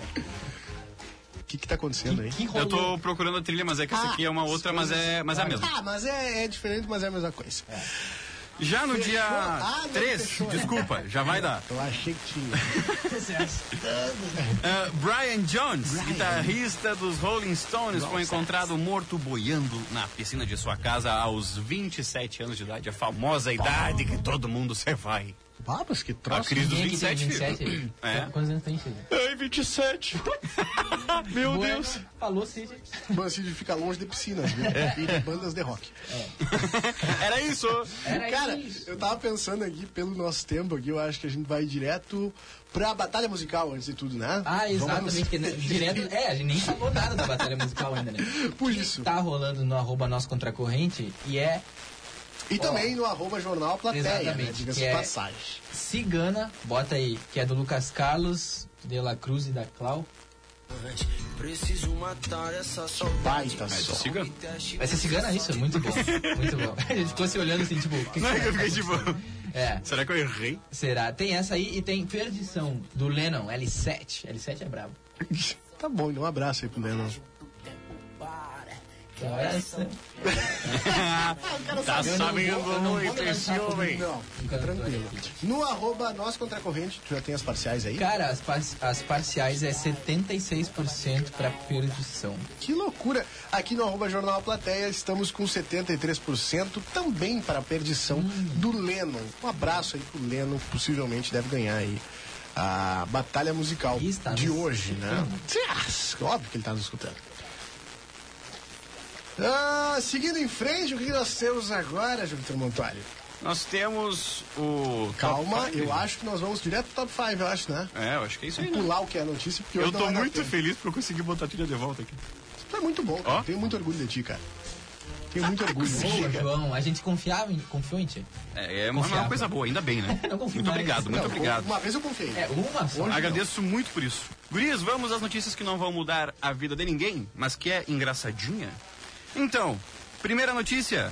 B: O que que tá acontecendo aí?
D: Que
G: Eu
D: rolou?
G: tô procurando a trilha, mas é que essa aqui é uma outra, mas é, mas é a mesma.
B: Ah, mas é, é diferente, mas é a mesma coisa.
G: Já no dia
B: Ah, não,
G: 3,
B: fechou.
G: desculpa, já vai dar.
B: Eu achei que tinha.
G: Ah, Brian Jones, guitarrista dos Rolling Stones, foi encontrado morto boiando na piscina de sua casa aos 27 anos de idade, a famosa idade que todo mundo se vai.
B: Babas, que
G: A
B: troço.
G: crise dos
D: Quem aqui tem
G: 27, filho.
D: 27?
G: É.
D: Quantos anos tem, Chile?
E: Ai, 27. Meu
D: Bueno,
E: Deus.
D: Falou, Cid.
B: Mano, Cid fica longe de piscinas, viu?
G: É.
B: E de bandas de rock.
G: Era isso.
D: Era
B: Cara,
D: isso.
B: eu tava pensando aqui, pelo nosso tempo aqui, eu acho que a gente vai direto pra batalha musical, antes de tudo, né?
D: Ah,
B: Vamos-
D: exatamente. que, né, direto. É, a gente nem falou nada da batalha musical ainda, né?
B: Por isso.
D: Tá rolando no arroba nosso contracorrente e é
B: E também no arroba jornal plateia, né?
D: Exatamente,
B: Diga-se
D: que é-
B: passagem.
D: Cigana, bota aí, que é do Lucas Carlos, de La Cruz e da Clau.
B: Baita só.
G: Siga.
D: Vai ser cigana isso? Muito bom. Muito bom. A gente ficou se olhando assim, tipo, o que
G: Não é que eu fiquei
D: será?
G: tipo.
D: É,
G: Será que eu errei?
D: será? Tem essa aí e tem Perdição, do Lennon, L7. L7 é brabo.
B: Tá bom, então um abraço aí pro Lennon.
D: Que hora é essa? Eu
G: Tá
D: não
G: sabendo
D: vou- eu não vou
G: muito
D: me
G: esse
D: lançar por
G: homem.
B: Não, fica tranquilo. No arroba nós contra a corrente, tu já tem as parciais aí?
D: Cara, as, par as parciais é 76% pra perdição.
B: Que loucura! Aqui no arroba Jornal Plateia estamos com 73% também para a perdição do Lennon. Um abraço aí pro Lennon, que possivelmente deve ganhar aí a batalha musical
D: Ih, está
B: de
D: nos
B: hoje, né? Tchás, Óbvio que ele está nos escutando. Ah, seguindo em frente, o que nós temos agora, Júlio Montalho?
G: Nós temos o. top
B: Calma,
G: five.
B: eu acho que nós vamos direto pro top 5, eu acho, né?
G: É, eu acho que é isso aí.
B: Vamos
G: né?
B: pular o que é a notícia, porque hoje
G: Eu
B: não
G: tô
B: vai dar
G: muito
B: tempo.
G: feliz porque eu consegui botar a trilha de volta aqui.
B: Tu é muito bom, cara.
G: Ó.
B: Tenho muito orgulho de ti, cara. Tenho muito orgulho de ti.
D: Boa, João. A gente confiava em, confiou em ti.
G: É, é uma,
D: Confiável.
G: uma coisa boa, ainda bem, né?
D: Não confio
G: muito
D: mais.
G: obrigado, muito
B: Não,
G: obrigado.
B: Uma vez eu confiei.
D: É, uma só.
G: Agradeço muito por isso. Gurias, vamos às notícias que não vão mudar a vida de ninguém, mas que é engraçadinha. Então, primeira notícia.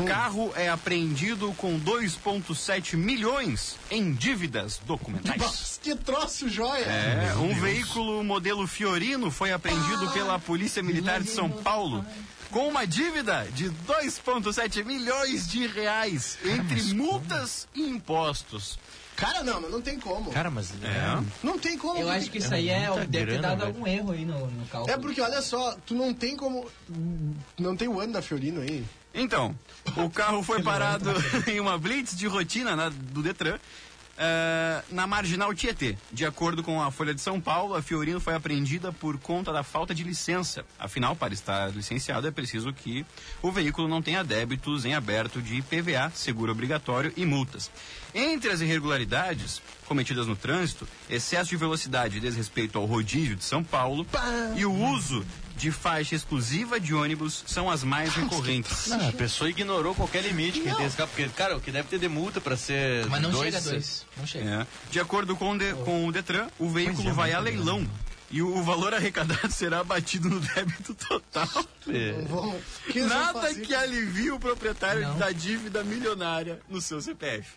B: Hum.
G: Carro é apreendido com 2,7 milhões em dívidas documentais.
B: Nossa, que troço joia!
G: É, um veículo modelo Fiorino foi
B: Ah.
G: apreendido pela Polícia Militar de São Paulo com uma dívida de 2,7 milhões de reais entre multas e impostos.
B: Cara, não, mas não tem como.
E: Cara, mas.
G: É.
B: Não tem como.
D: Eu acho que isso aí é,
E: muita
D: deve ter
E: grana,
D: dado
E: velho.
D: algum erro aí no, no cálculo.
B: É porque, olha só, tu não tem como... Não tem o ano da Fiorino aí.
G: Então, o carro foi parado em uma blitz de rotina na- do Detran. eh, na marginal Tietê. De acordo com a Folha de São Paulo, a Fiorino foi apreendida por conta da falta de licença. Afinal, para estar licenciado é preciso que o veículo não tenha débitos em aberto de IPVA, seguro obrigatório e multas. Entre as irregularidades cometidas no trânsito, excesso de velocidade e desrespeito ao rodízio de São Paulo e o uso de faixa exclusiva de ônibus são as mais recorrentes.
E: Ah, a pessoa ignorou qualquer limite que tem esse carro, porque, cara, o que deve ter de multa pra ser.
D: Mas não
E: dois,
D: chega a dois. Não chega.
G: É. De acordo com, o de- com o Detran, o
B: é,
G: veículo vai
B: né,
G: a leilão e o, o valor arrecadado será abatido no débito total.
E: É.
B: Vamos- o que eles vão
G: Nada
B: fazer?
G: que alivie o proprietário
D: Não.
G: da dívida milionária no seu CPF.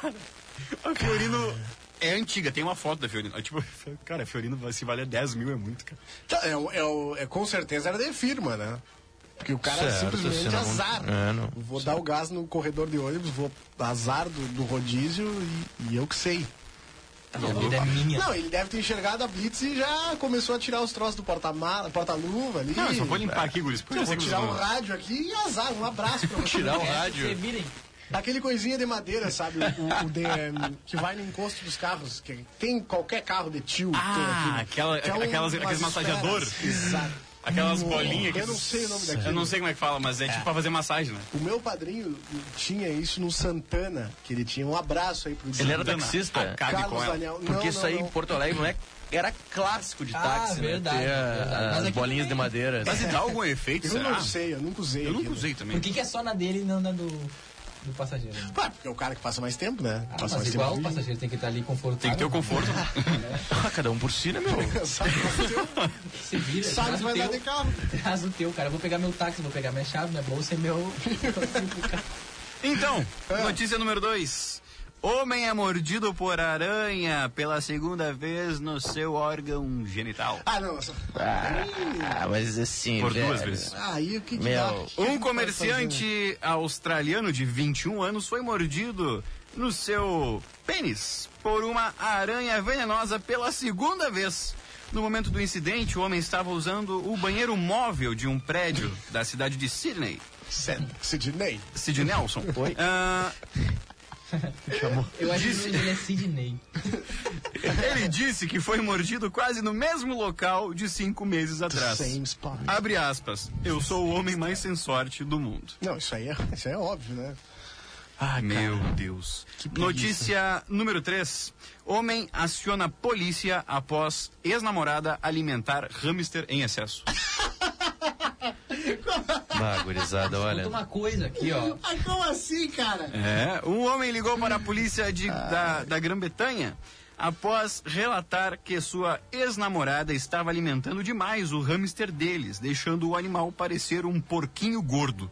G: Cara, a Fiorino é antiga, tem uma foto da Fiorino. É Tipo, cara, a Fiorino se valer 10 mil é muito, cara.
B: Tá, é, o- é, o- é, com certeza era de firma, né? Porque o cara
E: Certo,
B: simplesmente
E: senão-
B: azar.
E: É, não.
B: Vou dar o gás no corredor de ônibus, vou azar do, do rodízio e, e eu que sei.
D: A vida é minha.
B: Não, ele deve ter enxergado a Blitz e já começou a tirar os troços do porta-mala, porta-luva ali.
G: Não, eu só vou limpar aqui, Guris. porque
B: Eu
G: eu sei
B: vou
G: que vocês
B: tirar o
G: vão-
B: rádio aqui e azar. Um abraço pra você.
E: Tirar o
D: É, se
E: rádio.
D: virem.
B: Aquele coisinha de madeira, sabe? O, o de, em, que vai no encosto dos carros. Que tem qualquer carro de tio.
G: Ah,
B: tem aquilo.
G: aquela-
B: Que é um-
G: aquelas- aqueles
B: umas
G: massajador.
B: esferas. Exato.
G: Aquelas
B: Nossa,
G: bolinhas que.
B: Eu não sei o nome
G: Eu
B: daquilo.
G: não sei como é que fala, mas é, tipo pra fazer massagem, né?
B: O meu padrinho tinha isso no Santana, que ele tinha um abraço aí pro
E: Ele era
B: Santana.
E: taxista.
G: Acabe
B: Carlos
G: com ela.
B: Daniel.
E: Porque
B: não,
E: isso
B: não,
E: aí em
B: não.
E: Porto Alegre não é. Era clássico de
D: Ah,
E: táxi,
D: verdade,
E: né? Ter a-
D: verdade. Mas
E: as
D: aqui
E: bolinhas de
D: também.
E: madeira.
G: Mas se dá algum efeito,
B: Eu
G: será?
B: não sei, eu nunca usei. né?
G: Eu nunca
B: aquilo.
G: usei também.
D: Por que, que é só na dele e não na do, do passageiro? né?
B: Pá, porque é o cara que passa mais tempo, né?
D: Ah,
B: passa
D: mas
B: mais
D: igual o
B: tempo.
D: passageiro tem que estar ali confortável.
G: Tem que ter o conforto.
E: Ah, cada um por si, né, meu?
B: Sabe,
D: Se vira,
B: sabe
D: traz
B: que
D: o
B: vai dar
D: teu,
B: de carro.
D: traz o teu, cara. Eu vou pegar meu táxi, vou pegar minha chave, minha bolsa e meu...
G: Então, notícia número 2. Homem é mordido por aranha pela segunda vez no seu órgão genital.
B: Ah, não. só-
E: Ah, mas assim.
G: Por duas
E: velho,
G: vezes.
B: Aí o que que
E: Meu,
B: dá?
G: Um comerciante australiano de 21 anos foi mordido no seu pênis por uma aranha venenosa pela segunda vez. No momento do incidente, o homem estava usando o banheiro móvel de um prédio da cidade de Sydney.
B: Certo, Sidney.
G: Sid Nelson.
E: Oi?
G: Ah,
D: Eu acho que o nome dele é Sidney.
G: ele disse que foi mordido quase no mesmo local de cinco meses atrás.
B: Same spot.
G: Abre aspas. Eu sou o homem mais sem sorte do mundo.
B: Não, isso aí, é, isso aí é óbvio, né?
G: Ai, meu Deus. Notícia número 3. Homem aciona polícia após ex-namorada alimentar hamster em excesso.
E: Bah, gurizada, olha.
D: Conta uma coisa aqui, ó.
B: Ah, como assim, cara?
G: É, um homem ligou para a polícia de-
D: Ah.
G: da, da Grã-Bretanha após relatar que sua ex-namorada estava alimentando demais o hamster deles, deixando o animal parecer um porquinho gordo.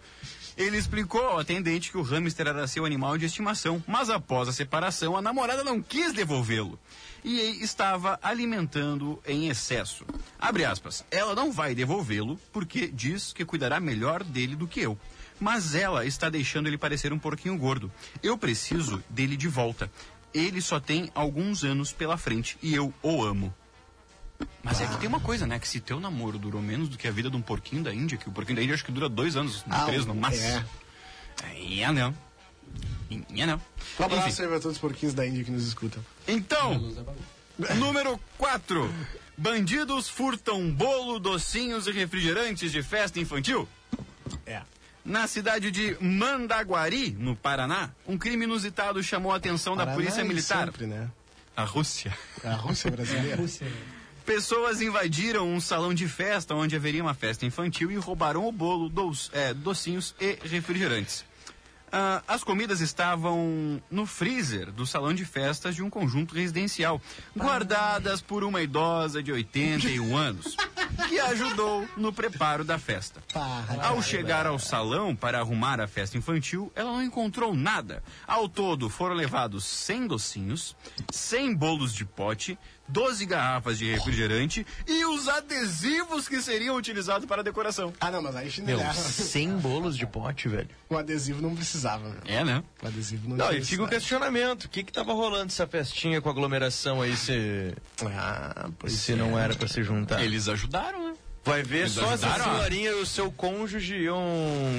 G: Ele explicou ao atendente que o hamster era seu animal de estimação, mas após a separação, a namorada não quis devolvê-lo e estava alimentando em excesso. Abre aspas. Ela não vai devolvê-lo porque diz que cuidará melhor dele do que eu. Mas ela está deixando ele parecer um porquinho gordo. Eu preciso dele de volta. Ele só tem alguns anos pela frente e eu o amo. Mas é que tem uma coisa, né? Que se teu namoro durou menos do que a vida de um
E: Ah,
G: porquinho
B: Ah,
G: da Índia, que o porquinho da Índia acho que dura dois anos, três no máximo. É. Aí, é, não. Minha não.
B: Um abraço
G: Enfim.
B: aí pra todos os porquinhos da Índia que nos escutam.
G: Então, número 4. Bandidos furtam bolo, docinhos e refrigerantes de festa infantil.
B: É.
G: Na cidade de Mandaguari, no Paraná, um crime inusitado chamou a atenção da polícia militar.
B: Sempre, né?
G: A Rússia.
B: A Rússia é brasileira.
G: Pessoas invadiram um salão de festa onde haveria uma festa infantil e roubaram o bolo, doce, é, docinhos e refrigerantes. Ah, as comidas estavam no freezer do salão de festas de um conjunto residencial, guardadas por uma idosa de 81 anos, que ajudou no preparo da festa.
B: Parra.
G: Ao chegar ao salão para arrumar a festa infantil, ela não encontrou nada. Ao todo, foram levados 100 docinhos, 100 bolos de pote, 12 garrafas de refrigerante e os adesivos que seriam utilizados para a decoração.
B: Ah, não, mas aí chinelhaço.
E: 100 bolos de pote, velho.
B: O adesivo não precisava, né?
G: É, né?
B: O adesivo não
E: Não,
B: tinha
E: e fica o
B: necessidade.
E: questionamento. O que que tava rolando essa festinha com aglomeração aí se,
B: Ah, pois
G: é.
E: se não era pra se
B: É.
E: juntar?
G: Eles ajudaram, né?
E: Vai ver só se a
G: ajudaram, ó.
E: senhorinha e o seu cônjuge iam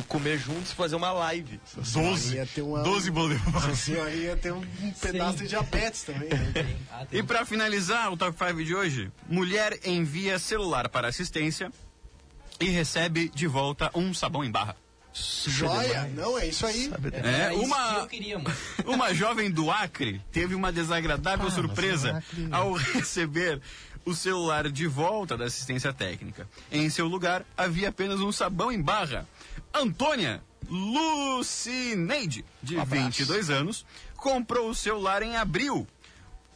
E: comer juntos e fazer uma live.
B: Doze. Ia ter uma... Doze.
G: bolos de pote.
B: ia ter um pedaço de diabetes também. né?
D: Ah, um-
G: E para finalizar o Top 5 de hoje, mulher envia celular para assistência e recebe de volta um sabão em barra.
B: Joia? Não, é isso aí.
G: É, uma-
D: isso que eu queria, mano.
G: Uma jovem do Acre teve uma desagradável surpresa ao receber o celular de volta da assistência técnica. Em seu lugar, havia apenas um sabão em barra. Antônia Lucineide, de 22 anos, comprou o celular em abril,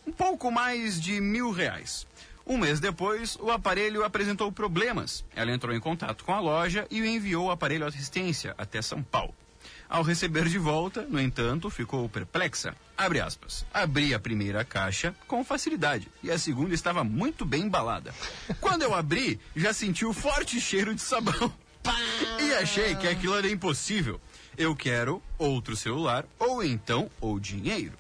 G: um pouco mais de mil reais. Um mês depois, o aparelho apresentou problemas. Ela entrou em contato com a loja e enviou o aparelho à assistência até São Paulo. Ao receber de volta, no entanto, ficou perplexa. Abre aspas. Abri a primeira caixa com facilidade e a segunda estava muito bem embalada. Quando eu abri, já senti o forte cheiro de sabão. E achei que aquilo era impossível. Eu quero outro celular ou então o dinheiro.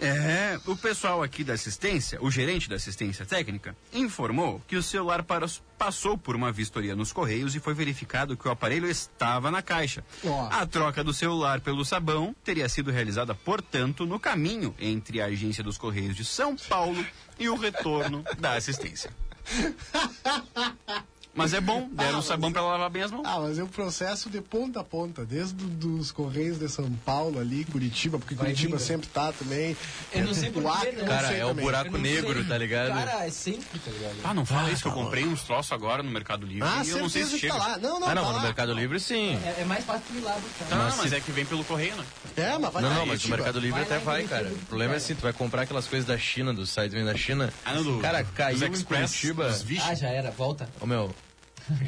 G: É, o pessoal aqui da assistência, o gerente da assistência técnica, informou que o celular paras- passou por uma vistoria nos correios e foi verificado que o aparelho estava na caixa.
B: Ó.
G: A troca do celular pelo sabão teria sido realizada, portanto, no caminho entre a agência dos correios de São Paulo e o retorno da assistência. Mas é bom, deram o sabão para ela lavar bem as mãos.
B: Ah, mas é um processo de ponta a ponta, desde do- dos Correios de São Paulo ali, Curitiba, porque
D: Vai
B: Curitiba
D: vindo.
B: sempre tá também.
D: Eu não sei
B: O
D: por quê,
B: Acre,
D: né?
B: eu não
E: Cara,
B: sei
E: é o
B: também.
E: buraco
D: Eu não
E: negro,
D: sei.
E: tá ligado?
D: Cara, é sempre, tá ligado?
G: Ah, não fala isso, que eu comprei uns troços agora no Mercado Livre
B: Ah,
G: e eu não sei
B: certeza
G: se
B: que
G: chega.
B: tá lá. Não, não, tá
E: ah, não, mas no
B: lá.
E: Mercado Livre sim.
D: É, é mais fácil ir lá buscar.
G: Tá,
E: Mas
G: mas,
E: se-
G: é que vem pelo correio, né?
B: É, mas vai
E: Não,
B: lá,
E: não, mas no
B: Curitiba.
E: Mercado Livre
D: Vai
E: até
D: lá em
E: vai,
D: Curitiba,
E: cara. O
D: Curitiba.
E: problema é assim, tu vai comprar aquelas coisas da China, dos sites vêm da China.
G: Ah, não, do-
E: cara,
G: dos
E: caiu em
G: Express,
E: Curitiba.
G: dos Vixe.
D: Ah, já era, volta.
E: Ô, meu,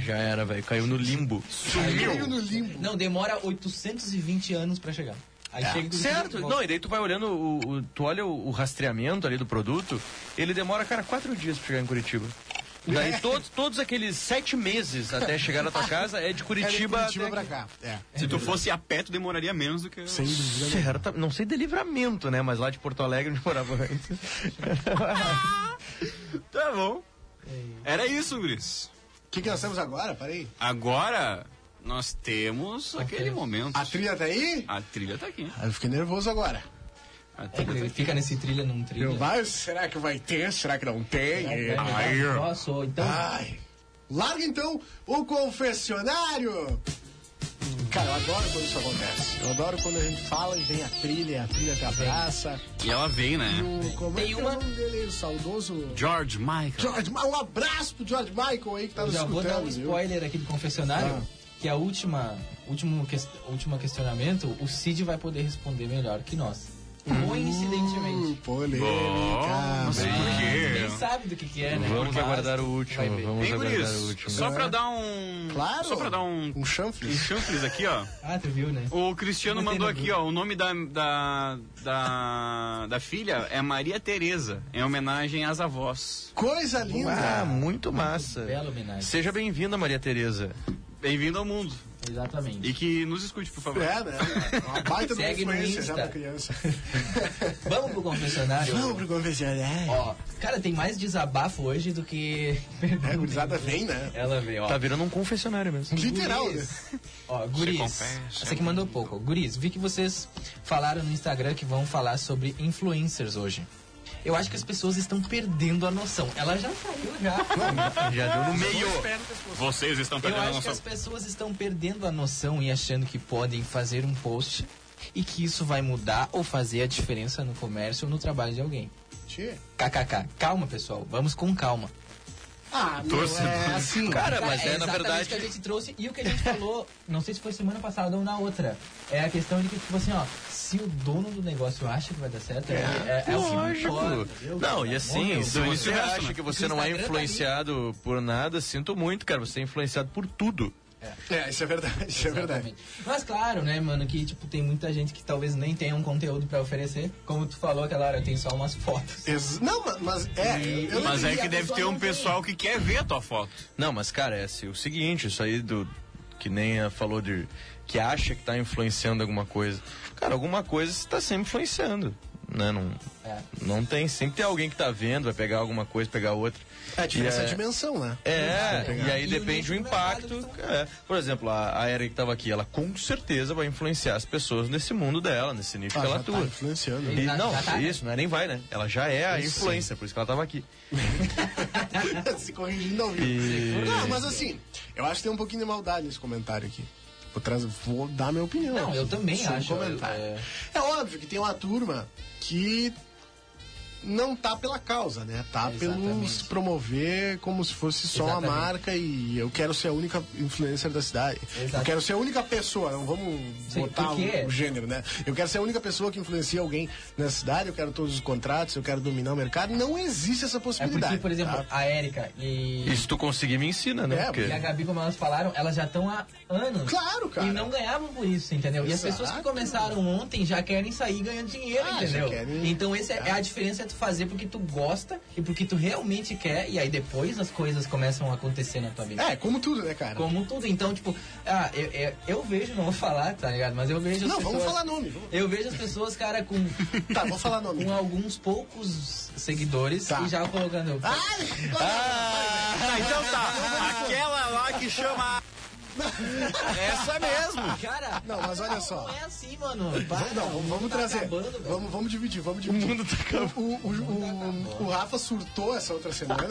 E: já era, velho. Caiu no limbo.
B: Caiu no limbo.
D: Não, demora 820 anos pra chegar. Aí
E: É.
D: chega em Curitiba
E: Certo,
D: e volta.
E: não, e daí tu vai olhando, o, o- tu olha o, o rastreamento ali do produto, ele demora, cara, quatro dias pra chegar em Curitiba. Daí todos, todos aqueles sete meses até chegar na tua casa é de
B: É de
E: Curitiba.
B: Curitiba
E: até
B: pra cá. É.
G: Se tu fosse a pé, tu demoraria menos do que.
B: Sem dúvida.
E: Certa, tá, não sei de livramento, né? Mas lá de Porto Alegre onde morava antes.
G: Tá bom. Era isso, Gris.
B: O que, que nós temos agora? Peraí.
G: Agora nós temos aquele momento.
B: A trilha tá aí?
G: A trilha tá aqui.
B: Ah, eu fiquei nervoso agora.
G: A
D: É,
G: trilha tá
D: ele
G: aqui.
D: fica nesse trilha num trilha.
B: Vai, É, será que vai ter? Será que não tem?
G: Aí, ó.
D: Nossa, ou então.
B: Ai. Larga então o confessionário. Cara, eu adoro quando isso acontece. Eu adoro quando a gente fala e vem a trilha, a trilha te abraça.
G: E ela vem,
B: E
G: né?
B: o, como é que
D: Tem
B: é o
D: uma-
B: nome dele aí, o saudoso?
G: George Michael.
B: George Ma- Um abraço pro George Michael aí que tá
D: Eu
B: nos
D: já vou dar um
B: escutando, viu?
D: spoiler aqui do confessionário,
B: Ah.
D: que a última, último, ques- último questionamento, o Cid vai poder responder melhor que nós.
B: Hum,
D: Coincidentemente.
B: polêmica.
G: Oh, mas por
D: Ninguém
G: quê?
D: sabe do que, que é, né?
E: Vamos
D: Mas
E: aguardar o
D: vai
E: último,
D: ver.
E: vamos
G: Hein,
E: aguardar o
G: Gris?
E: último.
G: Só pra dar um.
B: Claro.
G: Só pra dar um.
B: Um
G: Um
B: chanfle.
G: chanfles aqui, ó.
D: Ah, tu viu, né?
G: O Cristiano
D: Não tem
G: mandou
D: nada.
G: aqui, ó. O nome da. da. da, da filha é Maria Tereza, em homenagem às avós.
B: Coisa linda.
E: Ah, muito massa.
D: Bela homenagem.
E: Seja bem-vinda, Maria Tereza.
G: Bem-vindo ao mundo.
D: Exatamente.
G: E que nos escute, por favor.
B: É, né? Uma baita de uma
D: Segue no
B: influência já
D: Insta.
B: pra criança.
D: Vamos pro confessionário.
B: pro confessionário.
D: Ó, cara, tem mais desabafo hoje do que
B: É, a gurizada vem, né?
D: Ela vem, ó.
E: Tá virando um confessionário mesmo.
B: Literal, né?
D: Guris. Ó, guris. Essa aqui mandou pouco. Guris, vi que vocês falaram no Instagram que vão falar sobre influencers hoje. Eu acho que as pessoas estão perdendo a noção. Ela já saiu já.
E: Já deu no meio.
G: Vocês estão
D: Eu
G: perdendo a
D: acho que
G: noção.
D: as pessoas estão perdendo a noção e achando que podem fazer um post e que isso vai mudar ou fazer a diferença no comércio ou no trabalho de alguém.
B: Tchê.
D: KKK. Calma, pessoal. Vamos com calma.
B: Ah, meu, é assim.
E: Cara, mas
D: Cara,
E: é na
D: exatamente o que a
E: verdade.
D: gente trouxe e o que a gente falou, não sei se foi semana passada ou na outra, é a questão de que, tipo assim, ó, se o dono do negócio acha que vai dar certo, é, é, é o que
E: Lógico.
D: importa, entendeu?
E: Não, e
D: Pelo amor
E: assim,
D: de
E: se
D: Deus.
E: você
G: resto,
E: acha
G: né?
E: que você não é
D: Instagram tá
E: influenciado por nada, sinto muito, cara. Você é influenciado por tudo.
B: É, isso é verdade, isso é verdade.
D: Exatamente. Mas claro, né, mano, que tipo, tem muita gente que talvez nem tenha um conteúdo pra oferecer. Como tu falou aquela hora, tem só umas fotos.
B: Ex- não, ma- mas é.
D: E-
B: eu-
G: Mas
D: E
G: é
D: a
G: que deve
D: pessoa
G: ter um
D: não tem.
G: pessoal que quer ver a tua foto.
E: Não, mas cara, é assim, o seguinte, isso aí do que nem a falou de que acha que tá influenciando alguma coisa. Cara, alguma coisa você tá sempre influenciando, né? Não,
D: É.
E: não tem, sempre tem alguém que tá vendo, vai pegar alguma coisa, pegar outra.
B: É, tinha essa
E: E é-
B: dimensão, né?
E: É, e aí
D: E o
E: depende do
D: nicho do
E: impacto.
D: mercado
E: é. Por exemplo, a, a Eric que tava aqui, ela com certeza vai influenciar as pessoas nesse mundo dela, nesse nicho
B: Ah,
E: que ela
B: já tá
E: atua.
B: influenciando.
E: E
D: Já-
E: não,
D: já tá, né?
E: isso, não é nem vai, né? Ela já é a influência, por isso que ela tava aqui.
B: Se corrigindo ao vivo.
E: E-
B: Não, mas assim, eu acho que tem um pouquinho de maldade nesse comentário aqui. Vou, trazer, vou dar minha opinião.
D: Não, eu também
B: Só um
D: acho,
B: comentário.
D: eu-
B: É óbvio que tem uma turma que não tá pela causa, né? Tá pelo
D: Exatamente.
B: se promover como se fosse só uma
D: Exatamente.
B: marca e eu quero ser a única influencer da cidade. Eu
D: Exato.
B: quero ser a única pessoa, não vamos
D: Sim,
B: botar
D: porque-
B: o, o gênero, né? Eu quero ser a única pessoa que influencia alguém na cidade, eu quero todos os contratos, eu quero dominar o mercado. Não existe essa
D: É
B: possibilidade.
D: porque, por exemplo,
B: tá?
D: a Érica e,
E: E se tu conseguir, me ensina, né?
B: É,
E: Porque-
D: e a Gabi, como elas falaram, elas já estão há anos.
B: Claro, cara.
D: E não ganhavam por isso, entendeu? E as
B: Exato.
D: pessoas que começaram ontem já querem sair ganhando dinheiro,
B: Ah, já
D: entendeu?
B: querem-
D: Então essa é a diferença é tu fazer porque tu gosta e porque tu realmente quer, e aí depois as coisas começam a acontecer na tua vida.
B: É, como tudo, né, cara?
D: Como tudo, então, tipo, ah, eu, eu, eu vejo, não vou falar, tá ligado? Mas eu vejo as
B: Não,
D: pessoas.
B: vamos falar nome. vamos-
D: Eu vejo as pessoas, cara, com,
B: Tá, vou falar nome.
D: com alguns poucos seguidores
B: Tá.
D: e já colocando.
B: Ah,
G: Ah, então tá. Aquela lá que chama. Essa mesmo.
D: Cara,
B: Não, mas olha só.
D: Não é assim, mano.
B: Vamos, não, vamos, vamos trazer.
D: vamos...
B: vamos, vamos dividir, vamos dividir. Tá O mundo tá acabando. O, o- o- o Rafa surtou essa outra semana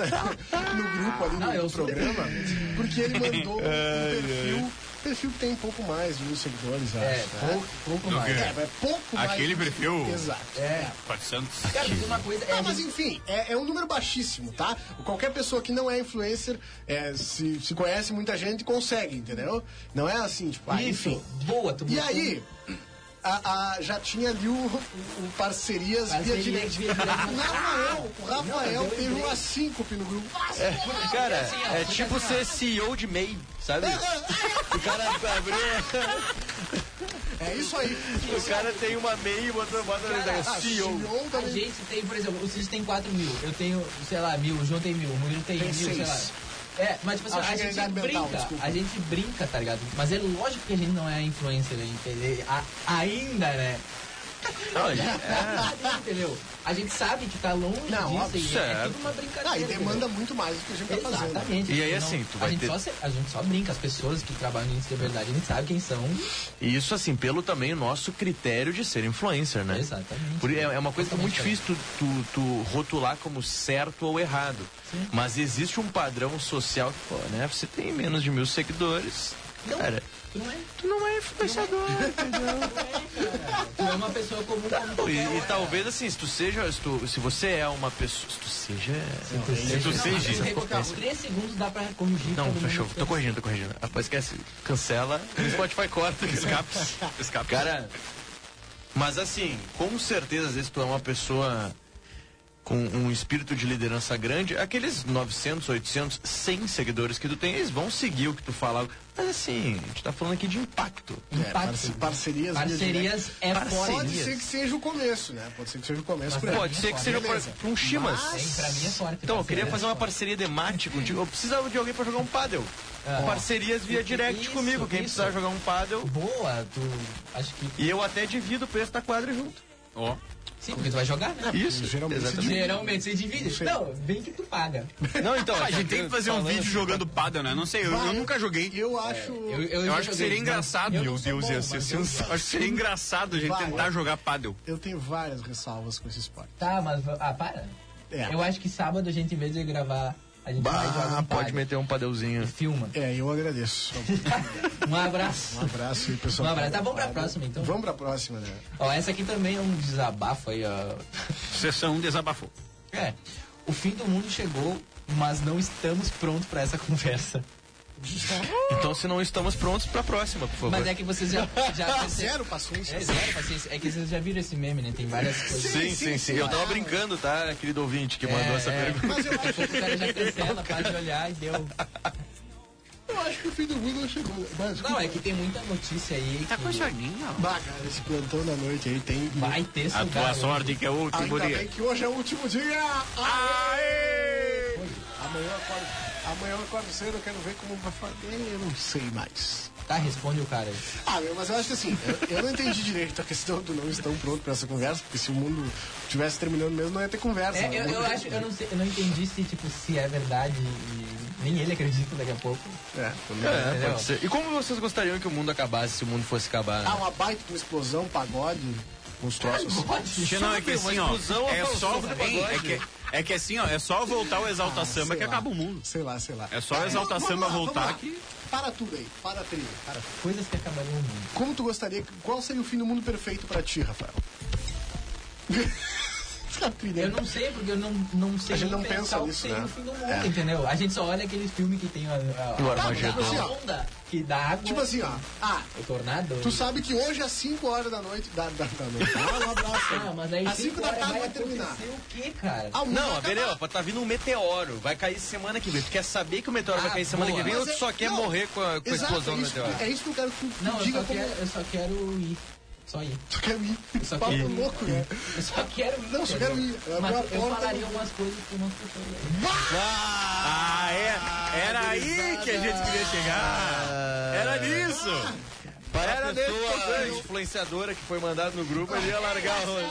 B: no grupo ali no
D: Não, eu
B: no programa, porque ele mandou um perfil, perfil que tem um pouco mais de mil seguidores, eu
D: É,
B: acho. né?
D: pouco, pouco mais.
B: É, mas pouco mais.
G: Aquele perfil?
B: Exato.
D: É.
G: 400.
D: Cara, uma coisa é.
B: Ah, mas enfim, é, é um número baixíssimo, tá? Qualquer pessoa que não é influencer, é, se, se conhece muita gente, consegue, entendeu? Não é assim, tipo, ah,
D: Isso,
B: enfim.
D: boa, tu
B: E
D: botou-
B: aí, a- a- já tinha ali o, o- o parcerias via
D: Parceria
B: direito.
D: via direito.
B: Rafael, o Rafael
D: Não,
B: teve
D: deu
B: uma síncope no grupo. Nossa,
E: Cara, é tipo ser CEO de MEI, sabe? O cara abriu.
B: É isso aí.
E: O cara tem uma MEI e botou bota no
D: Cara,
E: Instagram.
B: Ah,
E: CEO.
B: CEO
D: A
B: também.
D: gente tem, por exemplo, o Cid tem 4 mil, eu tenho, sei lá, mil, o João tem mil, o Murilo tem, mil, sei
B: seis.
D: lá. É, mas tipo assim,
B: Acho
D: a
B: que é
D: gente
B: idade
D: brinca,
B: mental, desculpa.
D: a gente brinca, tá ligado? Mas é lógico que a gente não é influencer, né, entendeu? A- ainda, né?
E: Não, e-
D: entendeu? A gente sabe que tá longe
B: Não,
D: disso
B: óbvio,
D: e é
E: certo.
D: tudo uma brincadeira.
B: Ah, e
D: entendeu?
B: demanda muito mais do que a gente tá fazendo.
D: Exatamente.
E: né? E aí,
D: Não,
E: assim, tu
D: a
E: vai
D: gente
E: ter-
D: só se- a gente só brinca, as pessoas que trabalham nisso de verdade, a gente sabe quem são.
E: E isso, assim, pelo também o nosso critério de ser influencer, né?
D: Exatamente.
E: Por- é, é uma coisa que é muito
D: Totalmente
E: difícil tu, tu- tu rotular como certo ou errado. Mas existe um padrão social que, pô, né? Você tem menos de mil seguidores,
D: Não.
E: cara,
D: Tu não é,
E: tu não é Tá. influenciador.
D: tu é uma pessoa comum como
E: Pô,
D: qualquer
E: e, e
D: outra.
E: talvez assim, se tu seja. Se, tu- se você é uma pessoa. Se tu seja.
D: Se
G: tu seja-
D: Três segundos dá pra corrigir.
E: Não,
D: todo mundo.
E: fechou. Tô corrigindo, tô corrigindo. Rapaz, esquece. Cancela. O Spotify corta. Escapes.
G: Escape.
E: Cara, mas assim, com certeza, às vezes tu é uma pessoa com um espírito de liderança grande, aqueles 900, 800, 100 seguidores que tu tem, eles vão seguir o que tu falar. Mas assim, a gente tá falando aqui de impacto.
B: É, parce- parcerias. via direta.
D: Parcerias é
B: Pode
D: forte.
B: ser que seja o começo, né? Pode ser que seja o começo por aí.
E: Pode ser que seja
B: Beleza.
E: pra- um Chimas.
D: Sim, pra mim é forte.
E: Então, eu queria
D: parceria.
E: fazer uma parceria de mate contigo. Eu precisava de alguém pra jogar um paddle. Parcerias via direct
D: Ah. Isso,
E: comigo. Quem
D: isso.
E: precisar jogar um paddle.
D: Boa, tu. Acho que.
E: E eu até divido o preço da quadra junto.
G: Ó.
D: Sim, porque tu vai jogar, né?
E: Isso,
B: Geralmente se
D: Geralmente você divide. Não, bem que tu paga.
E: Não, então.
G: A gente tem que fazer um vídeo jogando paddle, né? Não sei, eu, eu nunca joguei.
B: Eu acho.
G: É,
B: é
G: Eu acho que
D: joguei,
G: seria
D: mas
G: engraçado.
D: eu
G: Meu
D: não sou
G: Deus,
D: bom,
G: ia ser
D: mas eu-
G: sensacional. Acho que seria engraçado a gente
B: Vai.
G: tentar jogar paddle.
B: Eu tenho várias ressalvas com esse esporte.
D: Tá, mas. va- Ah, para.
B: É.
D: Eu acho que sábado a gente, em vez de gravar, a gente vai jogar.
E: Ah, pode meter um paddlezinho.
D: Filma.
B: É, eu agradeço.
D: Um abraço.
B: Um abraço aí,
D: Um
B: pessoal.
D: abraço. Tá, vamos pra próxima então.
B: Vamos pra próxima, né?
D: Ó, essa aqui também é um desabafo aí, ó.
G: Sessão desabafou.
D: É. O fim do mundo chegou, mas não estamos prontos pra essa conversa.
E: Então, se não estamos prontos, pra próxima, por favor.
D: Mas é que vocês já. já
B: Zero paciência.
D: É, zero paciência. É que vocês já viram esse meme, né? Tem várias coisas.
E: Sim, sim, sim, Eu tava brincando, tá, querido ouvinte que
D: É,
E: mandou essa pergunta.
B: Mas eu acho,
D: O cara já cancela, para de olhar e deu.
B: eu acho que o fim do mundo não chegou. Mas,
D: Não, é que tem muita notícia aí.
G: Tá com a
D: que
G: chorinha, ó.
B: Bah, cara, esse plantão da noite aí tem.
D: Vai ter
G: A tua
D: lugar né?
G: sorte que é o último
B: Ainda
G: dia.
B: bem que hoje é o último dia! Aê! Amanhã eu acordo. Amanhã eu acordo cedo, eu quero ver como vai fazer. Eu não sei mais.
D: hoje. Tá, responde o cara. aí.
B: Ah, meu, mas eu acho que assim, eu, eu não entendi direito a questão do não estão pronto pra essa conversa, porque se o mundo estivesse terminando mesmo, não ia ter conversa.
D: É,
B: né?
D: eu, eu acho, eu não, sei, eu não entendi se, tipo, se é verdade e nem ele acredita daqui a pouco.
B: É, também.
E: É, pode ser. E como vocês gostariam que o mundo acabasse se o mundo fosse acabar?
B: Ah,
E: Né?
B: uma baita com explosão, pagode, uns troços. assim.
D: Pode.
G: Não, é que assim, ó. É só,
E: do
G: bem, é que, é que assim, ó, é só voltar o Exalta Samba
B: sei
G: que
B: lá.
G: acaba o mundo.
B: Sei lá, sei lá.
G: É só o Exalta
B: vamos
G: Samba
B: lá, vamos
G: voltar
B: lá.
G: que-
B: Para tudo aí, para a trilha, para tudo.
D: Coisas que acabariam no mundo.
B: Como tu gostaria, qual seria o fim do mundo perfeito pra ti, Rafael? Tá a trilha.
D: Eu não sei, porque eu não, não sei
B: A gente
D: nem
B: não pensa
D: pensar o que
B: nisso,
D: tem
B: né?
D: no fim do mundo,
B: É.
D: entendeu? A gente só olha aquele filme que tem a, a,
E: O
D: a,
E: Armagedon.
B: Assim,
D: a
B: ó.
D: onda que dá água.
B: Tipo assim, ó. Ah,
D: O tornado.
B: tu sabe que hoje às 5 horas da noite. Da, da, da noite. Ah, um abraço.
D: Ah, mas é aí
B: às
D: cinco
B: 5 da
D: horas
B: tarde vai
D: vai
B: terminar.
D: acontecer o quê, cara?
B: Ah, o mundo
E: Não,
B: vai
E: a
B: acabar.
E: beleza, tá vindo um meteoro. Vai cair semana que vem. Tu quer saber que o meteoro vai
D: Ah,
E: cair semana
D: boa.
E: que vem ou
B: Mas
E: tu
B: é-
E: só quer
B: não.
E: morrer com a, com a
B: Exato,
E: explosão
B: é
E: do
B: isso,
E: meteoro?
B: que- é isso que eu quero que tu
D: Não, eu
B: diga
D: só,
B: como.
D: quero, eu só quero ir. Só ir.
B: Tu quer ir?
D: só
B: Papo
D: quero ir.
B: louco, né?
D: Eu só quero ir.
B: Não, só quero
D: entendeu?
B: ir. Abriu a
D: Mas eu
B: porta,
D: falaria
B: eu-
D: umas coisas que eu não escutaria.
G: Ah, é. Era aí que a gente queria chegar. Era nisso.
E: Para
G: Era
E: a
G: desse
E: pessoa
G: tamanho.
E: influenciadora que foi mandada no grupo, ele ia largar o rolê.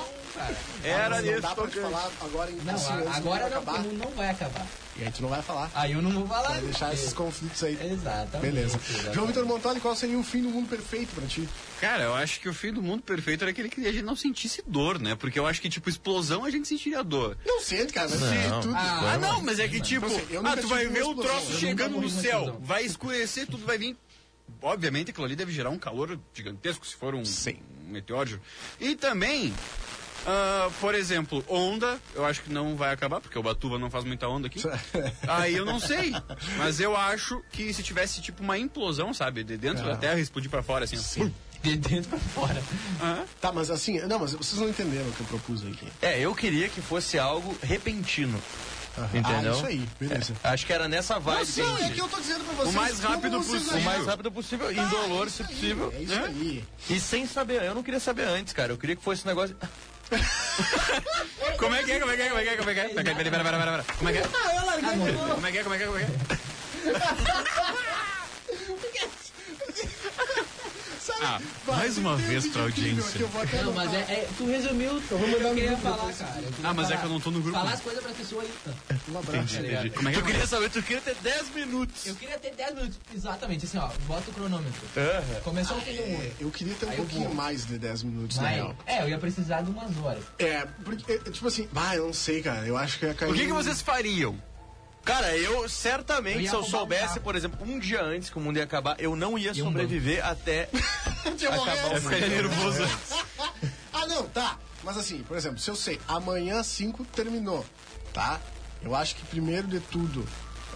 E: Era
B: Mas não
E: nisso.
B: dá pra te
E: tocante.
B: falar agora em
D: Não,
B: assim, antes
D: a-
B: do
D: agora
B: mundo
D: não, porque
B: acabar.
D: o mundo não vai acabar.
B: E aí tu não vai falar.
D: Aí eu não vou falar. né?
B: Vai deixar esses conflitos aí.
D: Exatamente.
B: Beleza.
D: exatamente.
B: João Vitor Montoli, qual seria o fim do mundo perfeito pra ti?
G: Cara, eu acho que o fim do mundo perfeito era aquele que a gente não sentisse dor, né? Porque eu acho que, tipo, explosão a gente sentiria dor.
B: Não sente, cara. Não. Sente tudo.
G: Ah, não, mas é que tipo,
B: Não sei, eu
G: ah,
B: nunca
G: tu vai
B: tive
G: ver
B: uma
G: o
B: explosão.
G: troço
B: Eu
G: chegando
D: nunca
G: no
D: morri numa
G: céu,
D: explosão.
G: vai escurecer, tudo vai vir. Obviamente aquilo ali deve gerar um calor gigantesco se for um, um meteoro. E também, ah, por exemplo, onda, eu acho que não vai acabar, porque o Batuva não faz muita onda aqui. Aí eu não sei. Mas eu acho que se tivesse tipo uma implosão, sabe? De dentro da terra explodir pra fora, assim. Sim.
D: De dentro pra fora.
B: Tá, mas assim, não, mas vocês não entenderam o que eu propus aqui.
E: É, eu queria que fosse algo repentino. Entendeu? É,
B: Ah, isso aí, beleza.
E: Acho que era nessa vibe.
B: Não,
E: que a
B: sim, é
E: gente-
B: que eu tô dizendo pra vocês.
G: Assim, O mais
B: como
G: rápido
B: vocês
G: possível.
E: O mais
B: agiram.
E: rápido
D: Ah,
E: possível,
B: Tá,
E: indolor,
B: é
E: se
B: isso aí,
E: possível.
B: É isso aí.
E: E sem saber, eu não queria saber antes, cara. Eu queria que fosse um negócio.
G: Como é que é? Como é que é? Como é que é? Como é que é? Peraí, peraí, peraí, peraí, peraí. Como é que é? Como é que é? Como é que é? Como é que é? Ah, mais uma vez pra audiência.
D: Não, mas é, é- tu resumiu o que eu um queria falar, cara. Eu queria
G: Ah, mas é
D: falar.
G: que eu não tô no grupo.
D: Falar as coisas pra pessoa aí.
B: Um abraço.
E: Entendi.
G: Como é que
E: tu
G: é?
E: queria saber, tu queria ter 10 minutos.
D: Eu queria ter 10 minutos. Exatamente, assim, ó. Bota o cronômetro.
E: Aham.
D: Começou o fim do mundo.
B: É, eu queria ter um
D: Aí eu
B: pouquinho
D: vou.
B: mais de 10 minutos, na
D: Vai.
B: real.
D: É, eu ia precisar de umas horas.
B: É, porque, é, tipo assim, ah, eu não sei, cara. Eu acho que ia cair.
G: O que, que vocês fariam?
E: Cara, eu
D: Eu
E: certamente,
D: ia
E: se eu
D: roubar um
E: soubesse,
D: carro.
E: por exemplo, um dia antes que o mundo ia acabar, eu não ia
D: um
E: sobreviver até
B: Tinha
E: acabar o
B: morrido.
E: mundo.
G: nervoso.
B: Ah, não, tá. Mas assim, por exemplo, se eu sei, amanhã 5 terminou, tá? Eu acho que primeiro de tudo,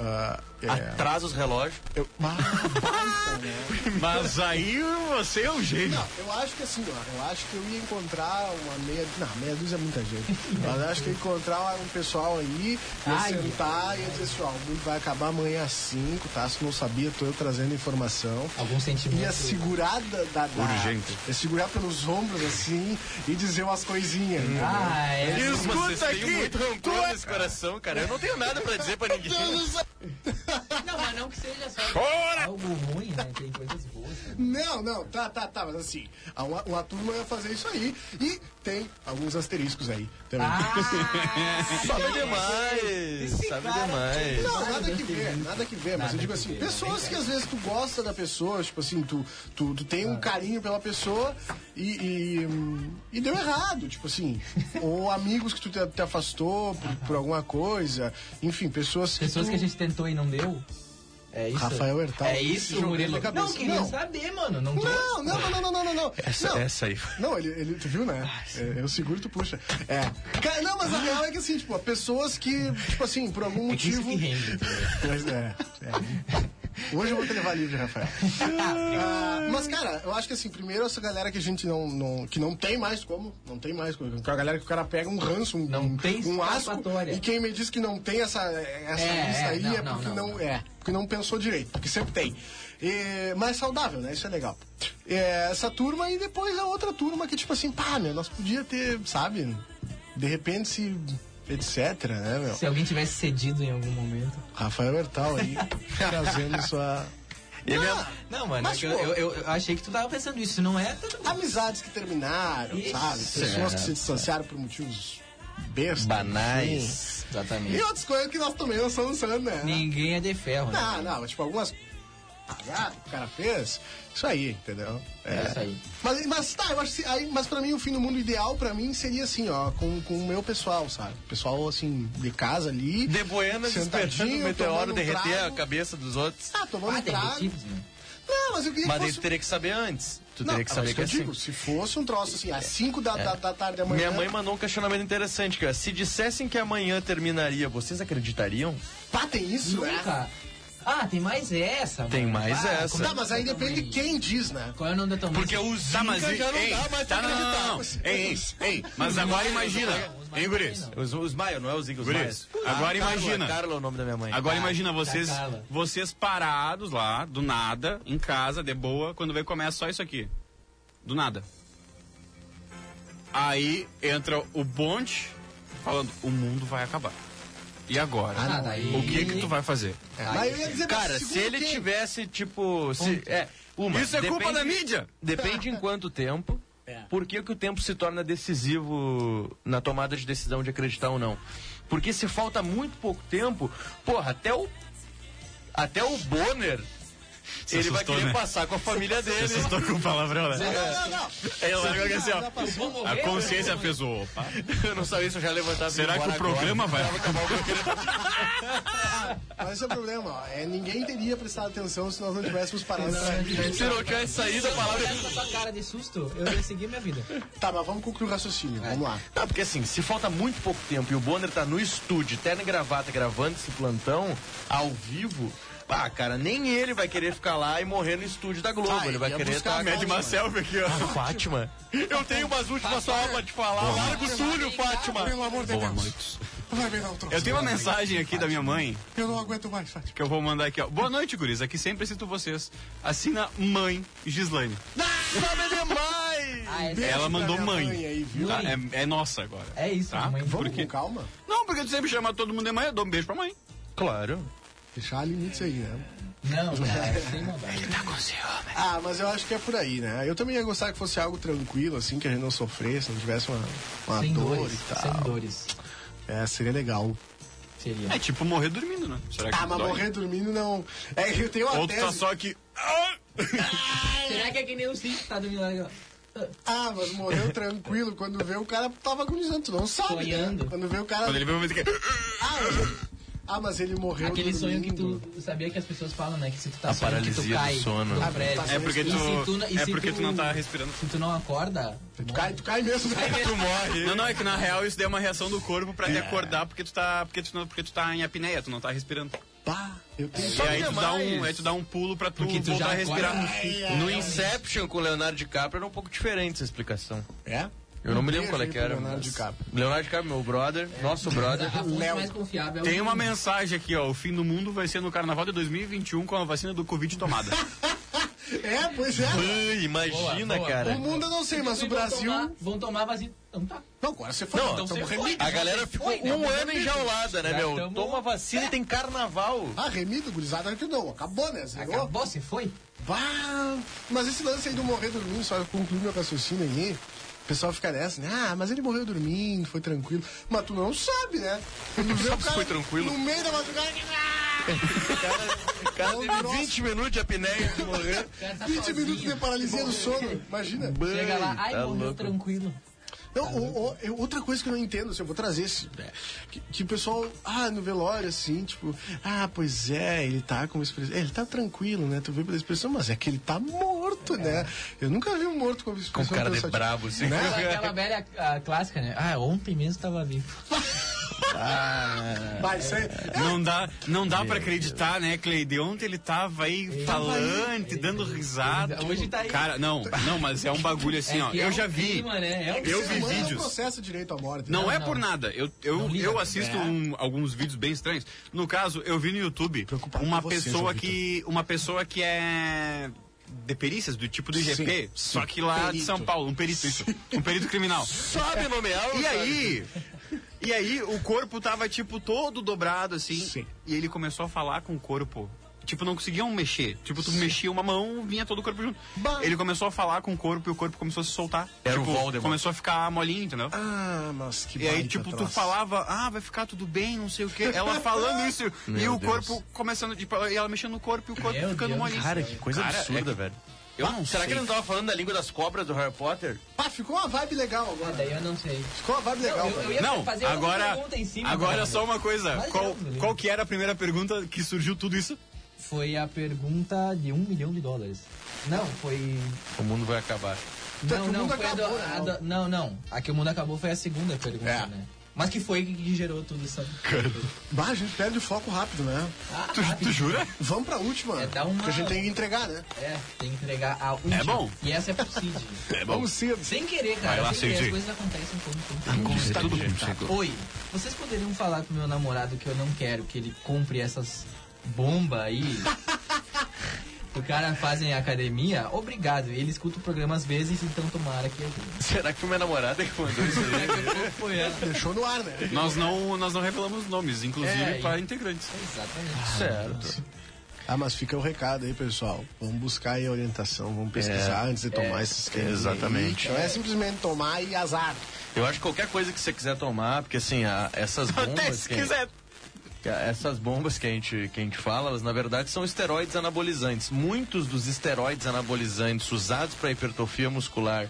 B: ah, ah, é,
E: Atrasa os relógios.
B: eu, Ah, baita, né?
G: Mas aí você é um gênio.
B: Não, eu acho que assim, ó, eu acho que eu ia encontrar uma meia. Não, meia dúzia é muita gente. Mas eu acho que eu ia encontrar um pessoal aí, ia
D: Ai,
B: sentar e ia dizer assim, ó, o mundo vai acabar amanhã às 5, tá? Se não sabia, tô eu trazendo informação.
D: Algum sentimento.
B: Ia segurar da, da, da-
G: Urgente.
B: Ia segurar pelos ombros assim e dizer umas coisinhas. né?
D: Ah, é.
E: Escuta aqui! muito
G: é
E: rancor nesse coração, cara. Eu não tenho nada pra dizer pra ninguém.
D: Não, mas não que seja só algo ruim, né? Tem coisas boas. também.
B: Não, não, tá, tá, tá, mas assim, a- uma, uma turma ia fazer isso aí e tem alguns asteriscos aí também.
D: Ah!
E: Sabe demais! Sabe demais!
B: Não,
D: Vários
B: nada que ver,
D: asteriscos.
B: nada que ver, mas
D: Nada
B: eu digo
D: que
B: assim,
D: ver, É
B: pessoas
D: bem
B: que às vezes tu gosta da pessoa, tipo assim, tu, tu, tu
D: Ah.
B: tem um carinho pela pessoa e, e, hum, e deu errado, tipo assim, ou amigos que tu te, te afastou por, por alguma coisa, enfim, pessoas que
D: Pessoas
B: tu...
D: que a gente tentou e não deu. É isso.
B: Rafael Hertal.
D: É isso,
B: Jogando
D: Murilo.
B: na cabeça.
D: Não, queria
B: Não.
D: saber, mano. Não, tô-
B: Não, não, não, não, não, não, não. não.
E: aí.
B: Não, ele, ele- tu viu, né? É, eu seguro e tu puxa. É. Cara, não, mas a real é que assim, tipo, pessoas que, tipo assim, por algum
D: Ah. É que isso
B: motivo.
D: que rende. entendeu?
B: Mas é, é. Hoje eu vou te levar livre, Rafael. Ah, mas, cara, eu acho que assim, primeiro essa galera que a gente não. não- que não tem mais como. Não tem mais como. Que é a galera que o cara pega um ranço, um,
D: Não
B: um,
D: tem
B: um asco.
D: escapatória.
B: E quem me diz que não tem essa, essa
D: É,
B: lista
D: é,
B: aí
D: não,
B: é
D: não,
B: porque
D: não,
B: não,
D: não.
B: É, porque não pensou direito, porque sempre tem. E, mas saudável, né? Isso é legal. É, essa turma e depois a outra turma que, tipo assim, pá, meu, nós podia ter, sabe? De repente se. etc, né, meu?
D: Se alguém tivesse cedido em algum momento.
B: Rafael Hertal aí, trazendo sua. Ah,
D: Não, mano,
B: Mas,
D: é que eu,
B: pô.
D: eu, eu- eu achei que tu tava pensando isso. Não é todo mundo.
B: Amizades que terminaram,
D: Isso.
B: sabe? Pessoas que se distanciaram por motivos bestas. enfim.
E: Banais.
D: Exatamente.
B: E outras coisas que nós também não estamos usando, né?
D: Ninguém é de ferro, né?
B: Não, não, mas, tipo, algumas cagadas que o cara fez, isso aí, entendeu?
D: É isso aí.
B: Mas, mas tá, eu acho que aí, mas pra mim o fim do mundo ideal pra mim seria assim, ó, com, com o meu pessoal, sabe? Pessoal assim, de casa ali.
E: De Buenas esperando o
B: sentadinho,
E: meteoro
B: tomando um
E: derreter a
B: trago.
E: cabeça dos outros.
B: Ah, tomando
D: Ah,
B: um
D: tem
B: trago.
D: motivos, né?
B: Não, mas eu queria
E: Mas
B: que
E: daí
B: fosse um-
E: tu teria que saber antes. Tu
B: Não,
E: teria que
B: mas
E: saber
B: isso
E: que é
B: eu
E: assim. É.
B: digo, se fosse um troço assim, às 5 da, da, da tarde da manhã.
E: Minha mãe mandou um questionamento interessante, cara. Se dissessem que amanhã terminaria, vocês acreditariam?
B: Pá, tem isso, né?
D: Nunca. Ah, tem mais essa.
E: Tem
D: mano.
E: mais
D: Ah,
E: essa.
D: como é
B: Tá,
D: que
B: mas
D: foi
B: aí
D: tua
B: depende
D: mãe?
B: quem diz, né?
D: Qual é o nome da tua mãe?
G: Porque o Zica
E: mas e-
G: já não
E: ei,
G: dá mais
E: tá,
G: pra
E: não,
G: acreditar.
E: não, não.
G: Ei, ei, ei, mas agora imagina.
D: os mais
G: Hein,
D: não
G: guris?
D: tem, não.
E: Os, os Maia, não é os Zico, os
G: Guris,
E: Maia.
G: agora
E: Ah, Carla,
G: imagina.
E: Carla é o nome da minha mãe.
G: Agora imagina vocês,
D: Carla.
G: vocês parados lá, do nada, em casa, de boa, quando vem começa só isso aqui. Do nada. Aí entra o bonde falando, o mundo vai acabar. E agora?
D: Ah, daí-
G: O que que tu vai fazer?
B: Mas eu ia dizer, mas
E: Cara, se
B: segundo
E: ele
B: quem?
E: tivesse, tipo. se- é, uma,
G: Isso é culpa
E: depende-
G: da mídia!
E: Depende em quanto tempo.
D: É.
E: Por que, que o tempo se torna decisivo na tomada de decisão de acreditar ou não? Porque se falta muito pouco tempo, porra, até o. Até o Bonner.
G: Se
E: ele vai
G: assustou,
E: querer
G: né?
E: passar com a família dele.
G: Vocês estão com palavrão, né?
B: Não, não,
G: Aí eu largo aqui assim, ó.
B: Já passou.
G: A consciência fez o opa.
E: Eu não sabia se eu já levantava. e ia
G: Será que
E: embora
G: o programa vai acabar?
B: Mas esse é o problema, ó. É, ninguém teria prestado atenção se nós não tivéssemos parado.
E: agora. Se não tivesse saído a palavra.
D: Essa sua cara de susto, eu ia seguir minha vida.
B: Tá, mas vamos concluir o raciocínio.
G: É.
B: Vamos lá.
E: Não, porque assim, se falta muito pouco tempo e o Bonner tá no estúdio, terno e gravata, gravando esse plantão ao vivo, ah, cara, nem ele vai querer ficar lá e morrer no estúdio da Globo.
B: Ah,
E: ele vai
B: ia
E: querer tá
B: buscar
E: estar.
B: a Mede uma Fátima.
E: selfie aqui, ó. Fátima. Eu tenho umas últimas só pra te falar. Larga o túlio, Fátima.
B: Pelo amor de Deus. Vai me dar um troço.
G: Eu tenho uma mensagem aqui da minha mãe
B: Eu não aguento mais, Fátima.
G: que eu vou mandar aqui, ó. Boa noite, guris. Aqui sempre cito vocês. Assina Mãe Gislane.
E: Sabe demais!
D: Ah, essa-
G: Ela mandou
B: pra minha
G: mãe.
B: mãe aí, viu?
G: Tá? É, é nossa agora.
D: É isso,
G: tá?
D: mãe.
G: Por
B: Vamos
G: quê?
B: com calma.
G: Não, porque tu sempre chama todo mundo de mãe, eu dou um beijo pra mãe.
E: Claro.
B: Deixar limites aí, né?
D: Não, cara, sem maldade.
B: Ah, mas eu acho que é por aí, né? Eu também ia gostar que fosse algo tranquilo, assim, que a gente não sofresse, não tivesse uma, uma
D: Sem
B: dor
D: dores,
B: e
D: sem
B: tal.
D: dores.
B: É, seria legal.
D: Seria.
G: É tipo morrer dormindo, né? Será que
B: Ah, mas
G: dói?
B: morrer dormindo não. É que eu tenho uma
G: Ou tu
B: tese.
G: tá só aqui.
D: Será que é que nem o Cid que tá dormindo lá? ó?
B: Ah, mas morreu tranquilo. Quando vê o cara tava agonizando, tu não sabe. né?
D: Sonhando.
B: Quando vê o cara.
G: Quando ele vê o momento que.
B: Ah, mas- ah, mas ele morreu.
D: Aquele sonho que
B: dormindo.
D: tu sabia que as pessoas falam, né? Que se tu tá sonhando que tu
E: paralisia do
D: cai
E: sono.
D: do prédio.
G: É porque
D: E se
G: tu.
D: na- e
G: É
D: se
G: porque tu não tá respirando.
D: Se tu não acorda, tu
B: Tu cai, tu cai mesmo. né?
G: Tu morre. Não, não, é que na real isso daí é uma reação do corpo pra te acordar porque tu tá. Porque tu, não, porque tu tá em apneia, tu não tá respirando.
B: Pá, eu tenho.
E: Só
G: E aí
E: que é
G: tu dá, um,
E: mais.
G: aí tu dá um pulo pra tu
D: Porque tu
G: voltar
D: já
G: a respirar.
D: acorda-
E: No Inception com o Leonardo DiCaprio era um pouco diferente essa explicação.
B: É?
E: Eu não me lembro
B: Beijo
E: qual é
B: aí
E: que
B: pro
E: era.
B: Leonardo
E: mas-
B: DiCaprio.
E: Leonardo DiCaprio, meu brother,
D: É.
E: nosso brother.
D: A fonte mais confiável é o
G: Tem uma
D: Google.
G: mensagem aqui, ó. O fim do mundo vai ser no carnaval de 2021 com a vacina do Covid tomada.
B: É, pois é.
E: Ai, imagina,
D: Boa, boa.
E: cara.
B: O mundo eu não sei, mas o
D: Vão
B: Brasil.
D: tomar- Vão tomar vacina. Então tá.
B: Não, agora você foi.
E: Não,
B: então
D: então
B: tamo
D: você
B: remido.
E: A galera ficou
D: Foi, né?
E: um ano enjaulada, né,
D: Já
E: meu?
D: tamo-
E: Toma vacina e tem carnaval.
B: Ah, remido, gurizada, que não. Acabou, né? Zerou.
D: Acabou, você foi?
B: Bah, mas esse lance aí do morrer dormindo, só eu concluir meu raciocínio aí. O pessoal fica nessa, né? Ah, mas ele morreu dormindo, foi tranquilo. Mas tu não sabe, né? Tu não
E: sabe se foi tranquilo.
B: No meio da madrugada.
E: O cara teve
B: Nossa.
E: 20 minutos de apneia de morrer.
D: O cara tá
B: 20
D: sozinho.
B: minutos de paralisia do sono, imagina.
D: Chega lá, ai,
E: Tá
D: morreu
E: louco.
D: tranquilo.
B: Não, o- o- eu- outra coisa que eu não entendo, assim, eu vou trazer esse, né, que, que o pessoal, ah, no velório, assim, tipo, ah, pois é, ele tá com uma expressão, é, ele tá tranquilo, né, tu vê pela expressão, mas é que ele tá morto, né, eu nunca vi um morto com uma
E: Com
B: expressão
E: cara de
B: pensativa.
E: brabo, assim.
D: Aquela, aquela velha ah, clássica, né? Ah, ontem mesmo tava vivo.
B: Vai, Ah, isso aí,
G: Não dá, não dá pra acreditar, né, Cleide? Ontem ele tava aí falante, dando risada.
D: Hoje tá aí.
G: Cara, não, não, mas é um bagulho assim, ó.
D: que é
G: Eu
D: um
G: já vi.
D: clima, né? É um
G: Eu
B: Mas
G: vi
B: não
G: vídeos.
B: processa direito à morte.
G: Não,
B: né?
G: é
D: não.
G: por nada. Eu, eu,
D: liga.
G: eu
B: É.
G: assisto um- alguns vídeos bem estranhos. No caso, eu vi no YouTube
B: Preocupado
G: uma
B: com você,
G: pessoa
B: João
G: que. Uma pessoa que é. De perícias, do tipo do IGP,
B: Sim,
G: só
B: sim.
G: que lá de
B: Perito.
G: São Paulo, um perito, isso. Um perito criminal.
E: Sabe nomear o
G: E aí. E aí, o corpo tava, tipo, todo dobrado, assim.
B: Sim.
G: E ele começou a falar com o corpo. Tipo, não conseguiam mexer. Tipo, tu mexia uma mão, vinha todo o corpo junto.
B: Bah.
G: Ele começou a falar com o corpo e o corpo começou a se soltar.
E: Era o
G: tipo,
E: Voldemort.
G: Começou a ficar molinho, entendeu?
B: Ah, mas que
G: E aí,
B: baita
G: tipo, tu
B: troço.
G: falava, ah, vai ficar tudo bem, não sei o quê. Ela falando isso e
E: Meu
G: o
E: Deus.
G: corpo começando, tipo, ela- e ela mexendo no corpo e o corpo
D: Meu
G: ficando
D: Deus,
G: molinho.
E: Cara, que coisa
G: Cara,
E: absurda,
G: é que-
E: velho.
D: Ah,
E: Ah,
G: Eu não
E: Será
G: sei.
E: que ele não tá tava falando da língua das cobras do Harry Potter?
B: Ah, ficou uma vibe legal agora.
D: Daí eu não sei.
B: Ficou uma vibe legal.
D: Eu- eu
B: cara.
D: ia
G: Não,
D: fazer outra
G: agora,
D: pergunta em cima, né?
G: agora
D: cara.
G: só uma coisa.
D: Mas
G: Qual,
D: Deus me livre.
G: qual que era a primeira pergunta que surgiu tudo isso?
D: Foi a pergunta de um milhão de dólares. Não, foi.
E: O mundo vai acabar.
B: Tá, que
D: Não,
B: o
D: não,
B: mundo
D: foi a do-
B: acabou,
D: a
B: né,
D: do- Não, não. A que o mundo acabou foi a segunda pergunta,
B: É.
D: né? Mas que foi que gerou tudo isso.
B: Bah, a gente perde o foco rápido, né?
D: Ah,
G: Tu, tu jura?
B: Vamos pra última.
D: É, dá uma-
B: Porque a gente tem que entregar, né?
D: é, tem que entregar a última.
G: É bom.
D: E essa é pro Cid.
B: Vamos cedo.
D: Sem querer,
G: Vai
D: cara.
G: lá,
D: sem querer,
G: Cid.
D: as coisas acontecem como
B: Como
G: Tá
B: está tudo
E: Tá.
D: Oi, vocês poderiam falar pro meu namorado que eu não quero que ele compre essas bombas aí? o cara fazem academia? Obrigado. Ele escuta o programa às vezes, então tomara que ajude.
E: Será que foi minha namorada é que mandou isso aí?
D: Foi ela.
B: Deixou no ar, né?
G: Nós não, nós não revelamos nomes, inclusive
D: É, e-
G: para integrantes.
D: Exatamente.
B: é
E: certo.
B: Ah, mas fica o recado aí, pessoal. Vamos buscar aí a orientação, vamos pesquisar antes de tomar esses cremes. aí.
E: É, exatamente.
B: Não é simplesmente tomar e azar.
E: Eu acho que qualquer coisa que você quiser tomar, porque assim, a- essas
G: Até
E: bombas.
G: se
E: que a gente-
G: quiser.
E: que a- essas bombas que a, gente, que a gente fala, elas na verdade são esteroides anabolizantes. Muitos dos esteroides anabolizantes usados para hipertrofia muscular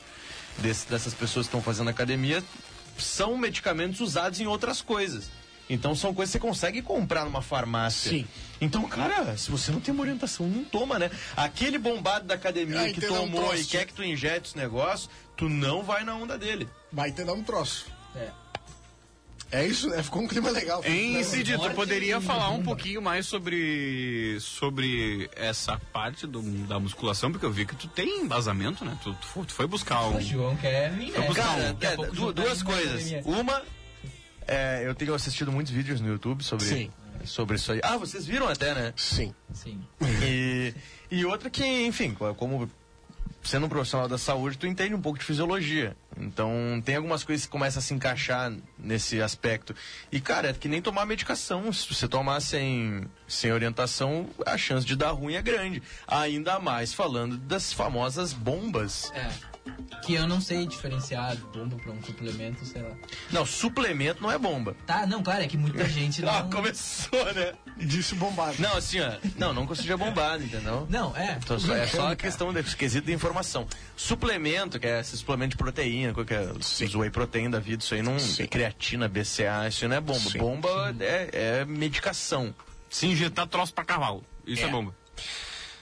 E: desse- dessas pessoas que estão fazendo academia são medicamentos usados em outras coisas. Então são coisas que você consegue comprar numa farmácia.
B: Sim.
E: Então, cara, se você não tem uma orientação, não toma, né? Aquele bombado da academia
B: Ai,
G: É,
E: que
B: tem um
G: então
E: tomou
B: troço.
E: e quer que tu injete os negócios, tu não vai na onda dele.
B: Vai ter dar um troço.
D: É.
B: É isso, né? Ficou um clima
E: É,
B: legal.
G: Hein,
B: Não,
G: Cid, tu
D: morte
G: poderia
D: e
G: falar um
D: bomba.
G: pouquinho mais sobre, sobre essa parte do- da musculação, porque eu vi que tu tem embasamento, né? Tu, tu fo- tu foi buscar
D: O
G: um.
D: João quer vir, né?
G: buscar
D: Cara,
E: Cara,
D: daqui a
E: é,
D: pouco
E: du-
D: o João tá
E: duas
D: indo
E: coisas.
D: na academia.
E: Uma, é, eu tenho assistido muitos vídeos no YouTube sobre,
B: Sim.
E: sobre isso aí. Ah, vocês viram até, né?
B: Sim.
D: Sim.
E: E, e outra que, enfim, como sendo um profissional da saúde, tu entende um pouco de fisiologia. Então, tem algumas coisas que começam a se encaixar nesse aspecto. E, cara, é que nem tomar medicação. Se você tomar sem, sem orientação, a chance de dar ruim é grande. Ainda mais falando das famosas bombas.
D: É. Que eu não sei diferenciar bomba pra um suplemento, sei lá.
E: Não, suplemento não é bomba.
D: Tá, não, claro, é que muita gente não.
E: Ah, começou, né?
B: Disse bombado.
E: Não, assim, ó. Não, não que eu seja bombado, entendeu?
D: Não, é.
E: Então, só- é só a questão de quesito de informação. Suplemento, que é esse suplemento de proteína, qualquer os whey protein da vida, isso aí não.
B: Sim.
E: Creatina, BCA, isso aí não é bomba.
B: Sim.
E: Bomba é, é medicação.
G: Se injetar troço pra cavalo. Isso é,
E: É.
G: bomba.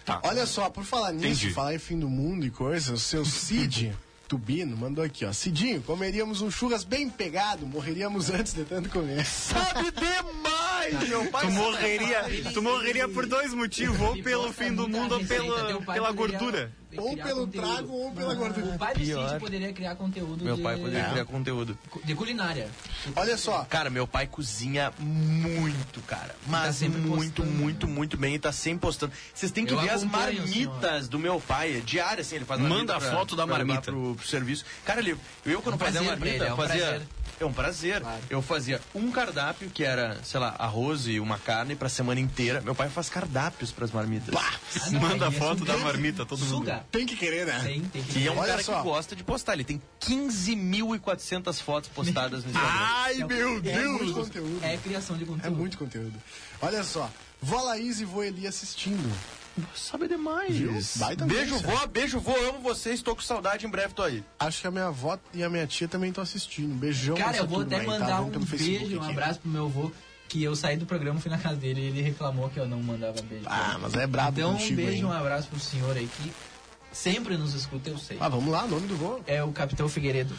G: Tá.
B: Olha só, por falar nisso,
G: Entendi.
B: falar em fim do mundo e coisas, o seu Cid Tubino mandou aqui, ó. Cidinho, comeríamos um churras bem pegado, morreríamos antes de tanto comer.
G: Sabe demais, meu pai. Tu morreria, tu morreria por dois motivos, ou pelo fim do mundo, ou
D: um
G: pela, pela gordura.
B: Ou pelo trago ou pela
D: O
B: gordura.
D: pai do
E: Pior.
D: Cid poderia criar conteúdo
E: Meu
D: de...
E: pai poderia criar conteúdo.
D: de culinária.
B: Olha só,
E: Cara, meu pai cozinha muito, cara. Mas
D: tá sempre
E: muito,
D: postando,
E: muito, muito bem. E tá sempre postando. Vocês têm que
D: Eu
E: ver as
D: acompanho,
E: marmitas do meu pai. é Diária, assim, ele faz marmita
G: Manda a foto da
E: pra levar
G: marmita.
E: Pro, pro serviço. Cara, ele, eu quando
D: É
E: fazia
D: um prazer pra
E: marmita,
D: ele, é um
E: fazia...
D: prazer.
E: É um prazer.
D: Claro.
E: Eu fazia um cardápio, que era, sei lá, arroz e uma carne pra semana inteira. Meu pai faz cardápios pras marmitas.
D: Ah, não,
G: Manda
D: aí é
G: foto da
D: sugar.
G: marmita, todo mundo.
D: Suga.
B: tem que querer, né?
D: Tem, tem que
E: E é um
B: Olha
E: cara
B: só.
E: que gosta de postar. Ele tem 15.400 fotos postadas no Instagram.
D: Ah,
G: Ai, meu
B: É muito
G: Deus.
B: conteúdo.
D: É criação de conteúdo.
B: É muito conteúdo. Olha só, vó Laís e vô Eli assistindo.
E: Sabe demais.
D: então
B: Baita
D: é
E: Beijo,
B: audiência.
E: vó, beijo, vó, amo vocês, tô com saudade, em breve tô aí.
B: Acho que a minha avó e a minha tia também estão assistindo. Um Beijão.
D: Cara,
B: nessa
D: eu vou
B: turma
D: até
B: aí, tá?
D: mandar
B: Vamos
D: um
B: pelo Facebook
D: beijo, um
B: aqui.
D: abraço pro meu avô, que eu saí do programa, fui na casa dele e ele reclamou que eu não mandava beijo.
B: Ah, mas é brabo
D: então, um
B: contigo,
D: beijo,
B: hein?
D: um abraço pro senhor aí que sempre nos escuta, eu sei.
B: Ah, vamos lá, nome do voo.
D: É o Capitão Figueiredo.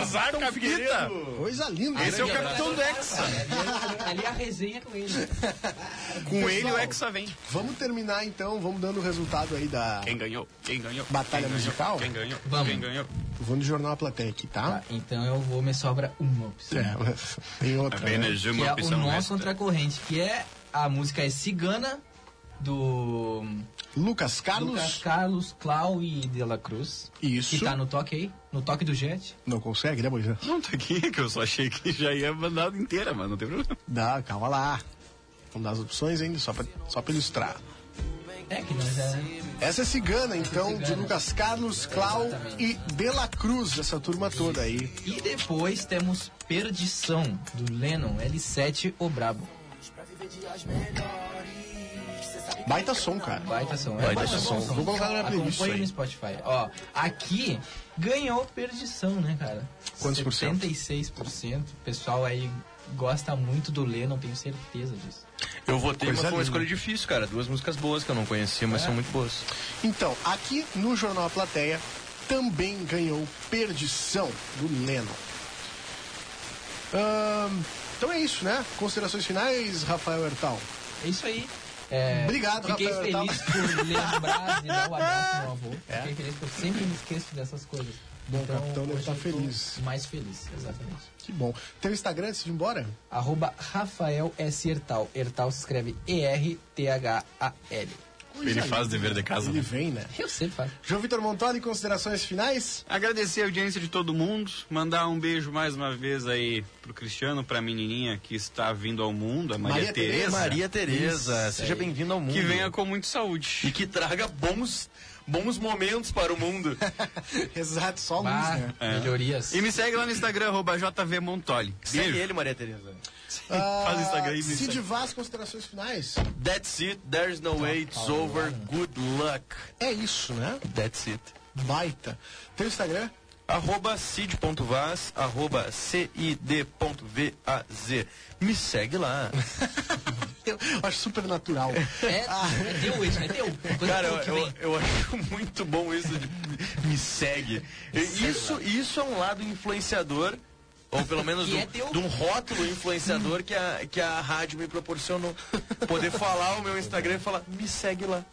G: Azar, Figueiredo.
B: Coisa linda.
G: Esse é o capitão do Hexa.
D: Ali, ali a resenha é com ele.
G: Com ele o Hexa é vem.
B: Vamos terminar então, vamos dando o resultado aí da.
G: Quem ganhou? Quem ganhou?
B: Batalha
G: Quem ganhou?
B: musical?
G: Quem ganhou?
D: Vamos.
G: Quem ganhou?
B: Vou no jornal a plateia aqui, tá?
D: Tá, então eu vou, me sobra uma opção.
B: É, mas tem
G: Tá
B: outra. né?
G: Apenas
D: que
G: uma
D: é o
G: opção
D: Nós
G: resta.
D: Contra a Corrente, que é a música é Cigana, do
B: Lucas Carlos.
D: Lucas Carlos, Clau e De La Cruz.
B: Isso.
D: Que tá no toque aí, no toque do Jet.
B: Não consegue, né, Moisés?
G: Não, tá aqui, que eu só achei que já ia mandar inteira, mas não tem problema.
B: Dá, calma lá. Vamos dar as opções ainda, só pra, só pra ilustrar.
D: É que nós é...
B: Essa é cigana, então, de
D: Cigana.
B: Lucas Carlos, Clau e De La Cruz, essa turma toda aí.
D: E depois temos Perdição, do Lennon, L7, O Brabo.
B: Baita som, cara.
D: Baita som. É
B: Baita
D: bom, é
B: som.
D: bom
B: Vou colocar na minha playlist isso
D: Acompanhe
B: aí.
D: no Spotify. Ó, aqui ganhou Perdição, né, cara?
B: Quantos por cento?
D: 76%. O pessoal aí gosta muito do Lennon, tenho certeza disso.
E: Eu votei,
B: Coisa
E: mas foi uma
B: linda.
E: escolha difícil, cara. Duas músicas boas que eu não conhecia, mas são muito boas.
B: Então, aqui no Jornal A Plateia também ganhou Perdição do Leno. Ahn, então é isso, né? Considerações finais, Rafael Hertal.
D: É isso aí. É,
B: Obrigado,
D: Fiquei
B: Rafael,
D: feliz
B: tá? É?
D: por lembrar de dar o abraço ao meu avô. Fiquei feliz porque eu sempre me esqueço dessas coisas. Então,
B: Bom, o capitão deve
D: hoje
B: estar
D: eu tô
B: feliz.
D: Mais feliz, exatamente.
B: Que bom. Teu Instagram antes de ir embora?
D: Arroba Rafael S. Hertal. Hertal se escreve E-R-T-H-A-L.
G: Ele faz dever de casa,
B: Ele
G: né?
B: vem, né?
D: Eu sempre faço.
B: João Vitor Montoli, considerações finais?
G: Agradecer a audiência de todo mundo, mandar um beijo mais uma vez aí pro Cristiano, pra menininha que está vindo ao mundo, a Maria,
B: Maria Tereza.
G: Tereza,
E: Maria Tereza,
D: Isso
E: seja
D: aí.
E: bem-vinda ao mundo.
G: que venha com muita
E: E
G: saúde.
E: que traga bons, bons momentos para o mundo.
B: Exato, só luz,
D: Bah,
B: né?
D: Ah, melhorias.
G: E me segue lá no Instagram, arroba JVMontoli.
E: Segue
G: Beijo.
E: ele, Maria Tereza.
G: Faz o Instagram e me
B: Ah, Cid
G: segue.
B: Vaz, considerações finais?
E: That's it, there's no way, it's over, good luck.
B: É isso, né?
E: That's it.
B: Baita. Teu Instagram?
E: Arroba cid.vaz, arroba cid.vaz. Me segue lá.
B: Eu acho super natural.
D: É, é teu isso, é teu. Coisa
E: Cara,
D: tua que
E: eu,
D: vem.
E: eu, eu acho muito bom isso de me segue. Isso, isso é um lado influenciador, ou pelo menos
D: Que
E: um-
D: é teu.
E: de um rótulo influenciador que a, que a rádio me proporcionou. Poder falar o meu Instagram e falar, me segue lá.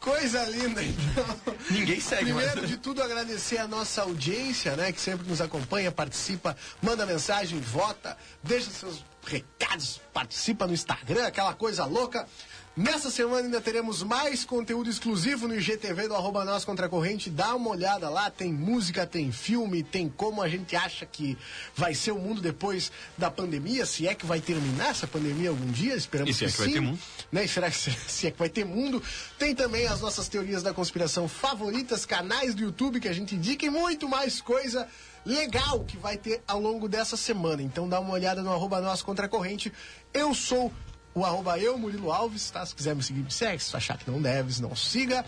B: Coisa linda, então.
E: Ninguém segue, mas...
B: Primeiro de tudo, agradecer a nossa audiência, né? Que sempre nos acompanha, participa, manda mensagem, vota, deixa seus recados, participa no Instagram, aquela coisa louca. Nessa semana ainda teremos mais conteúdo exclusivo no IGTV do arroba nós contra a corrente. Dá uma olhada lá, tem música, tem filme, tem como a gente acha que vai ser o mundo depois da pandemia, se é que vai terminar essa pandemia algum dia, esperamos
G: E se é que vai
B: sim
G: ter mundo.
B: né? E será que se, se é que vai ter mundo? Tem também as nossas teorias da conspiração favoritas, canais do YouTube que a gente indica e muito mais coisa legal que vai ter ao longo dessa semana. Então dá uma olhada no arroba nós contra a corrente. Eu sou o arroba eu, Murilo Alves, tá? Se quiser me seguir, me segue. Se achar que não deve, não siga.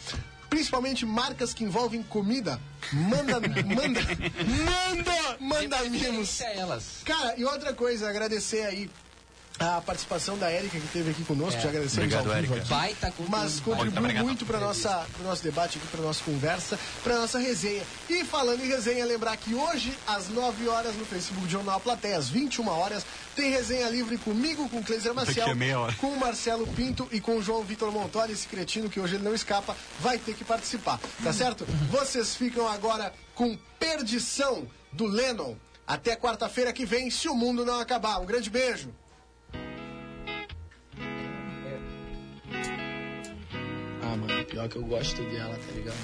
B: Principalmente marcas que envolvem comida. Manda, manda, manda, manda mimos.
D: Referência a elas.
B: Cara, e outra coisa, agradecer aí a participação da Érica que esteve aqui conosco, já agradecemos
E: É. Obrigado,
B: ao vivo
E: Érica.
B: aqui.
D: Baita conteúdo. tá,
B: Mas contribuiu
G: obrigado.
B: muito para nossa pro nosso debate aqui, para nossa conversa, para nossa resenha. E falando em resenha, lembrar que hoje às 9 horas no Facebook de Jornal Plateia, às 21 horas, tem resenha livre comigo, com o Cleiser Maciel,
G: Daqui a é meia hora.
B: com o Marcelo Pinto e com o João Vitor Montori, esse cretino que hoje ele não escapa, vai ter que participar, tá
G: Hum.
B: certo? Vocês ficam agora com Perdição do Lennon. Até quarta-feira que vem, se o mundo não acabar. Um grande beijo.
D: Ah, mano, pior que eu gosto dela, tá ligado?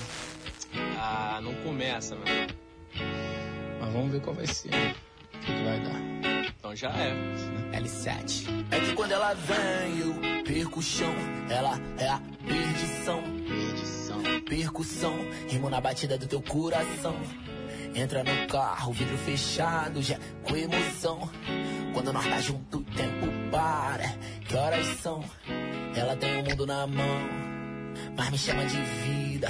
I: Ah, não começa, mano.
D: Mas vamos ver qual vai ser. né? O que que vai dar?
I: Então já é.
D: L7.
J: É que quando ela vem, eu perco o chão. Ela é a perdição. Percussão, rimo na batida do teu coração. Entra no carro, vidro fechado, já com emoção. Quando nós tá junto, o tempo para. Que horas são? Ela tem o mundo na mão, mas me chama de vida.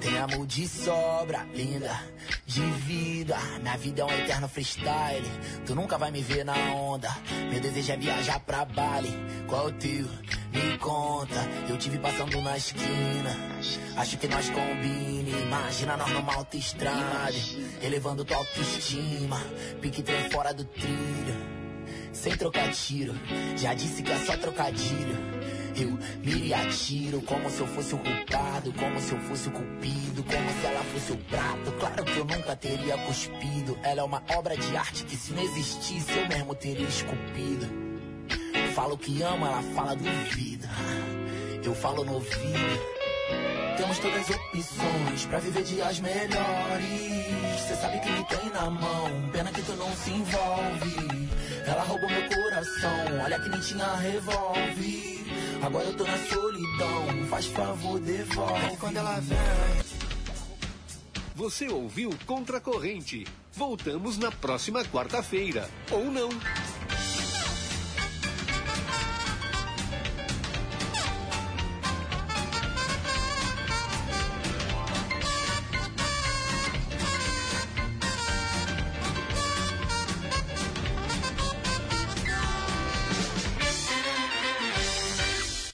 J: Tem amor de sobra, linda, de vida. Minha vida é um eterno freestyle. Tu nunca vai me ver na onda. Meu desejo é viajar pra Bali. Qual é o teu? Me conta. Eu tive passando na esquina. Acho que nós combine. Imagina nós numa autoestrada. Elevando tua autoestima. Pique trem fora do trilho sem trocar tiro. Já disse que é só trocadilho. Eu miro e atiro como se eu fosse o culpado, como se eu fosse o cupido, como se ela fosse o prato. Claro que eu nunca teria cuspido. Ela é uma obra de arte que se não existisse eu mesmo teria esculpido. Falo que amo, ela fala duvida. Eu falo no ouvido. Temos todas as opções pra viver dias melhores. Cê sabe que me tem na mão, pena que tu não se envolve. Ela roubou meu coração, olha que nem tinha revolve. Agora eu tô na solidão, faz favor, devolve. Quando ela vem.
A: Você ouviu Contra a Corrente. Voltamos na próxima quarta-feira. Ou não.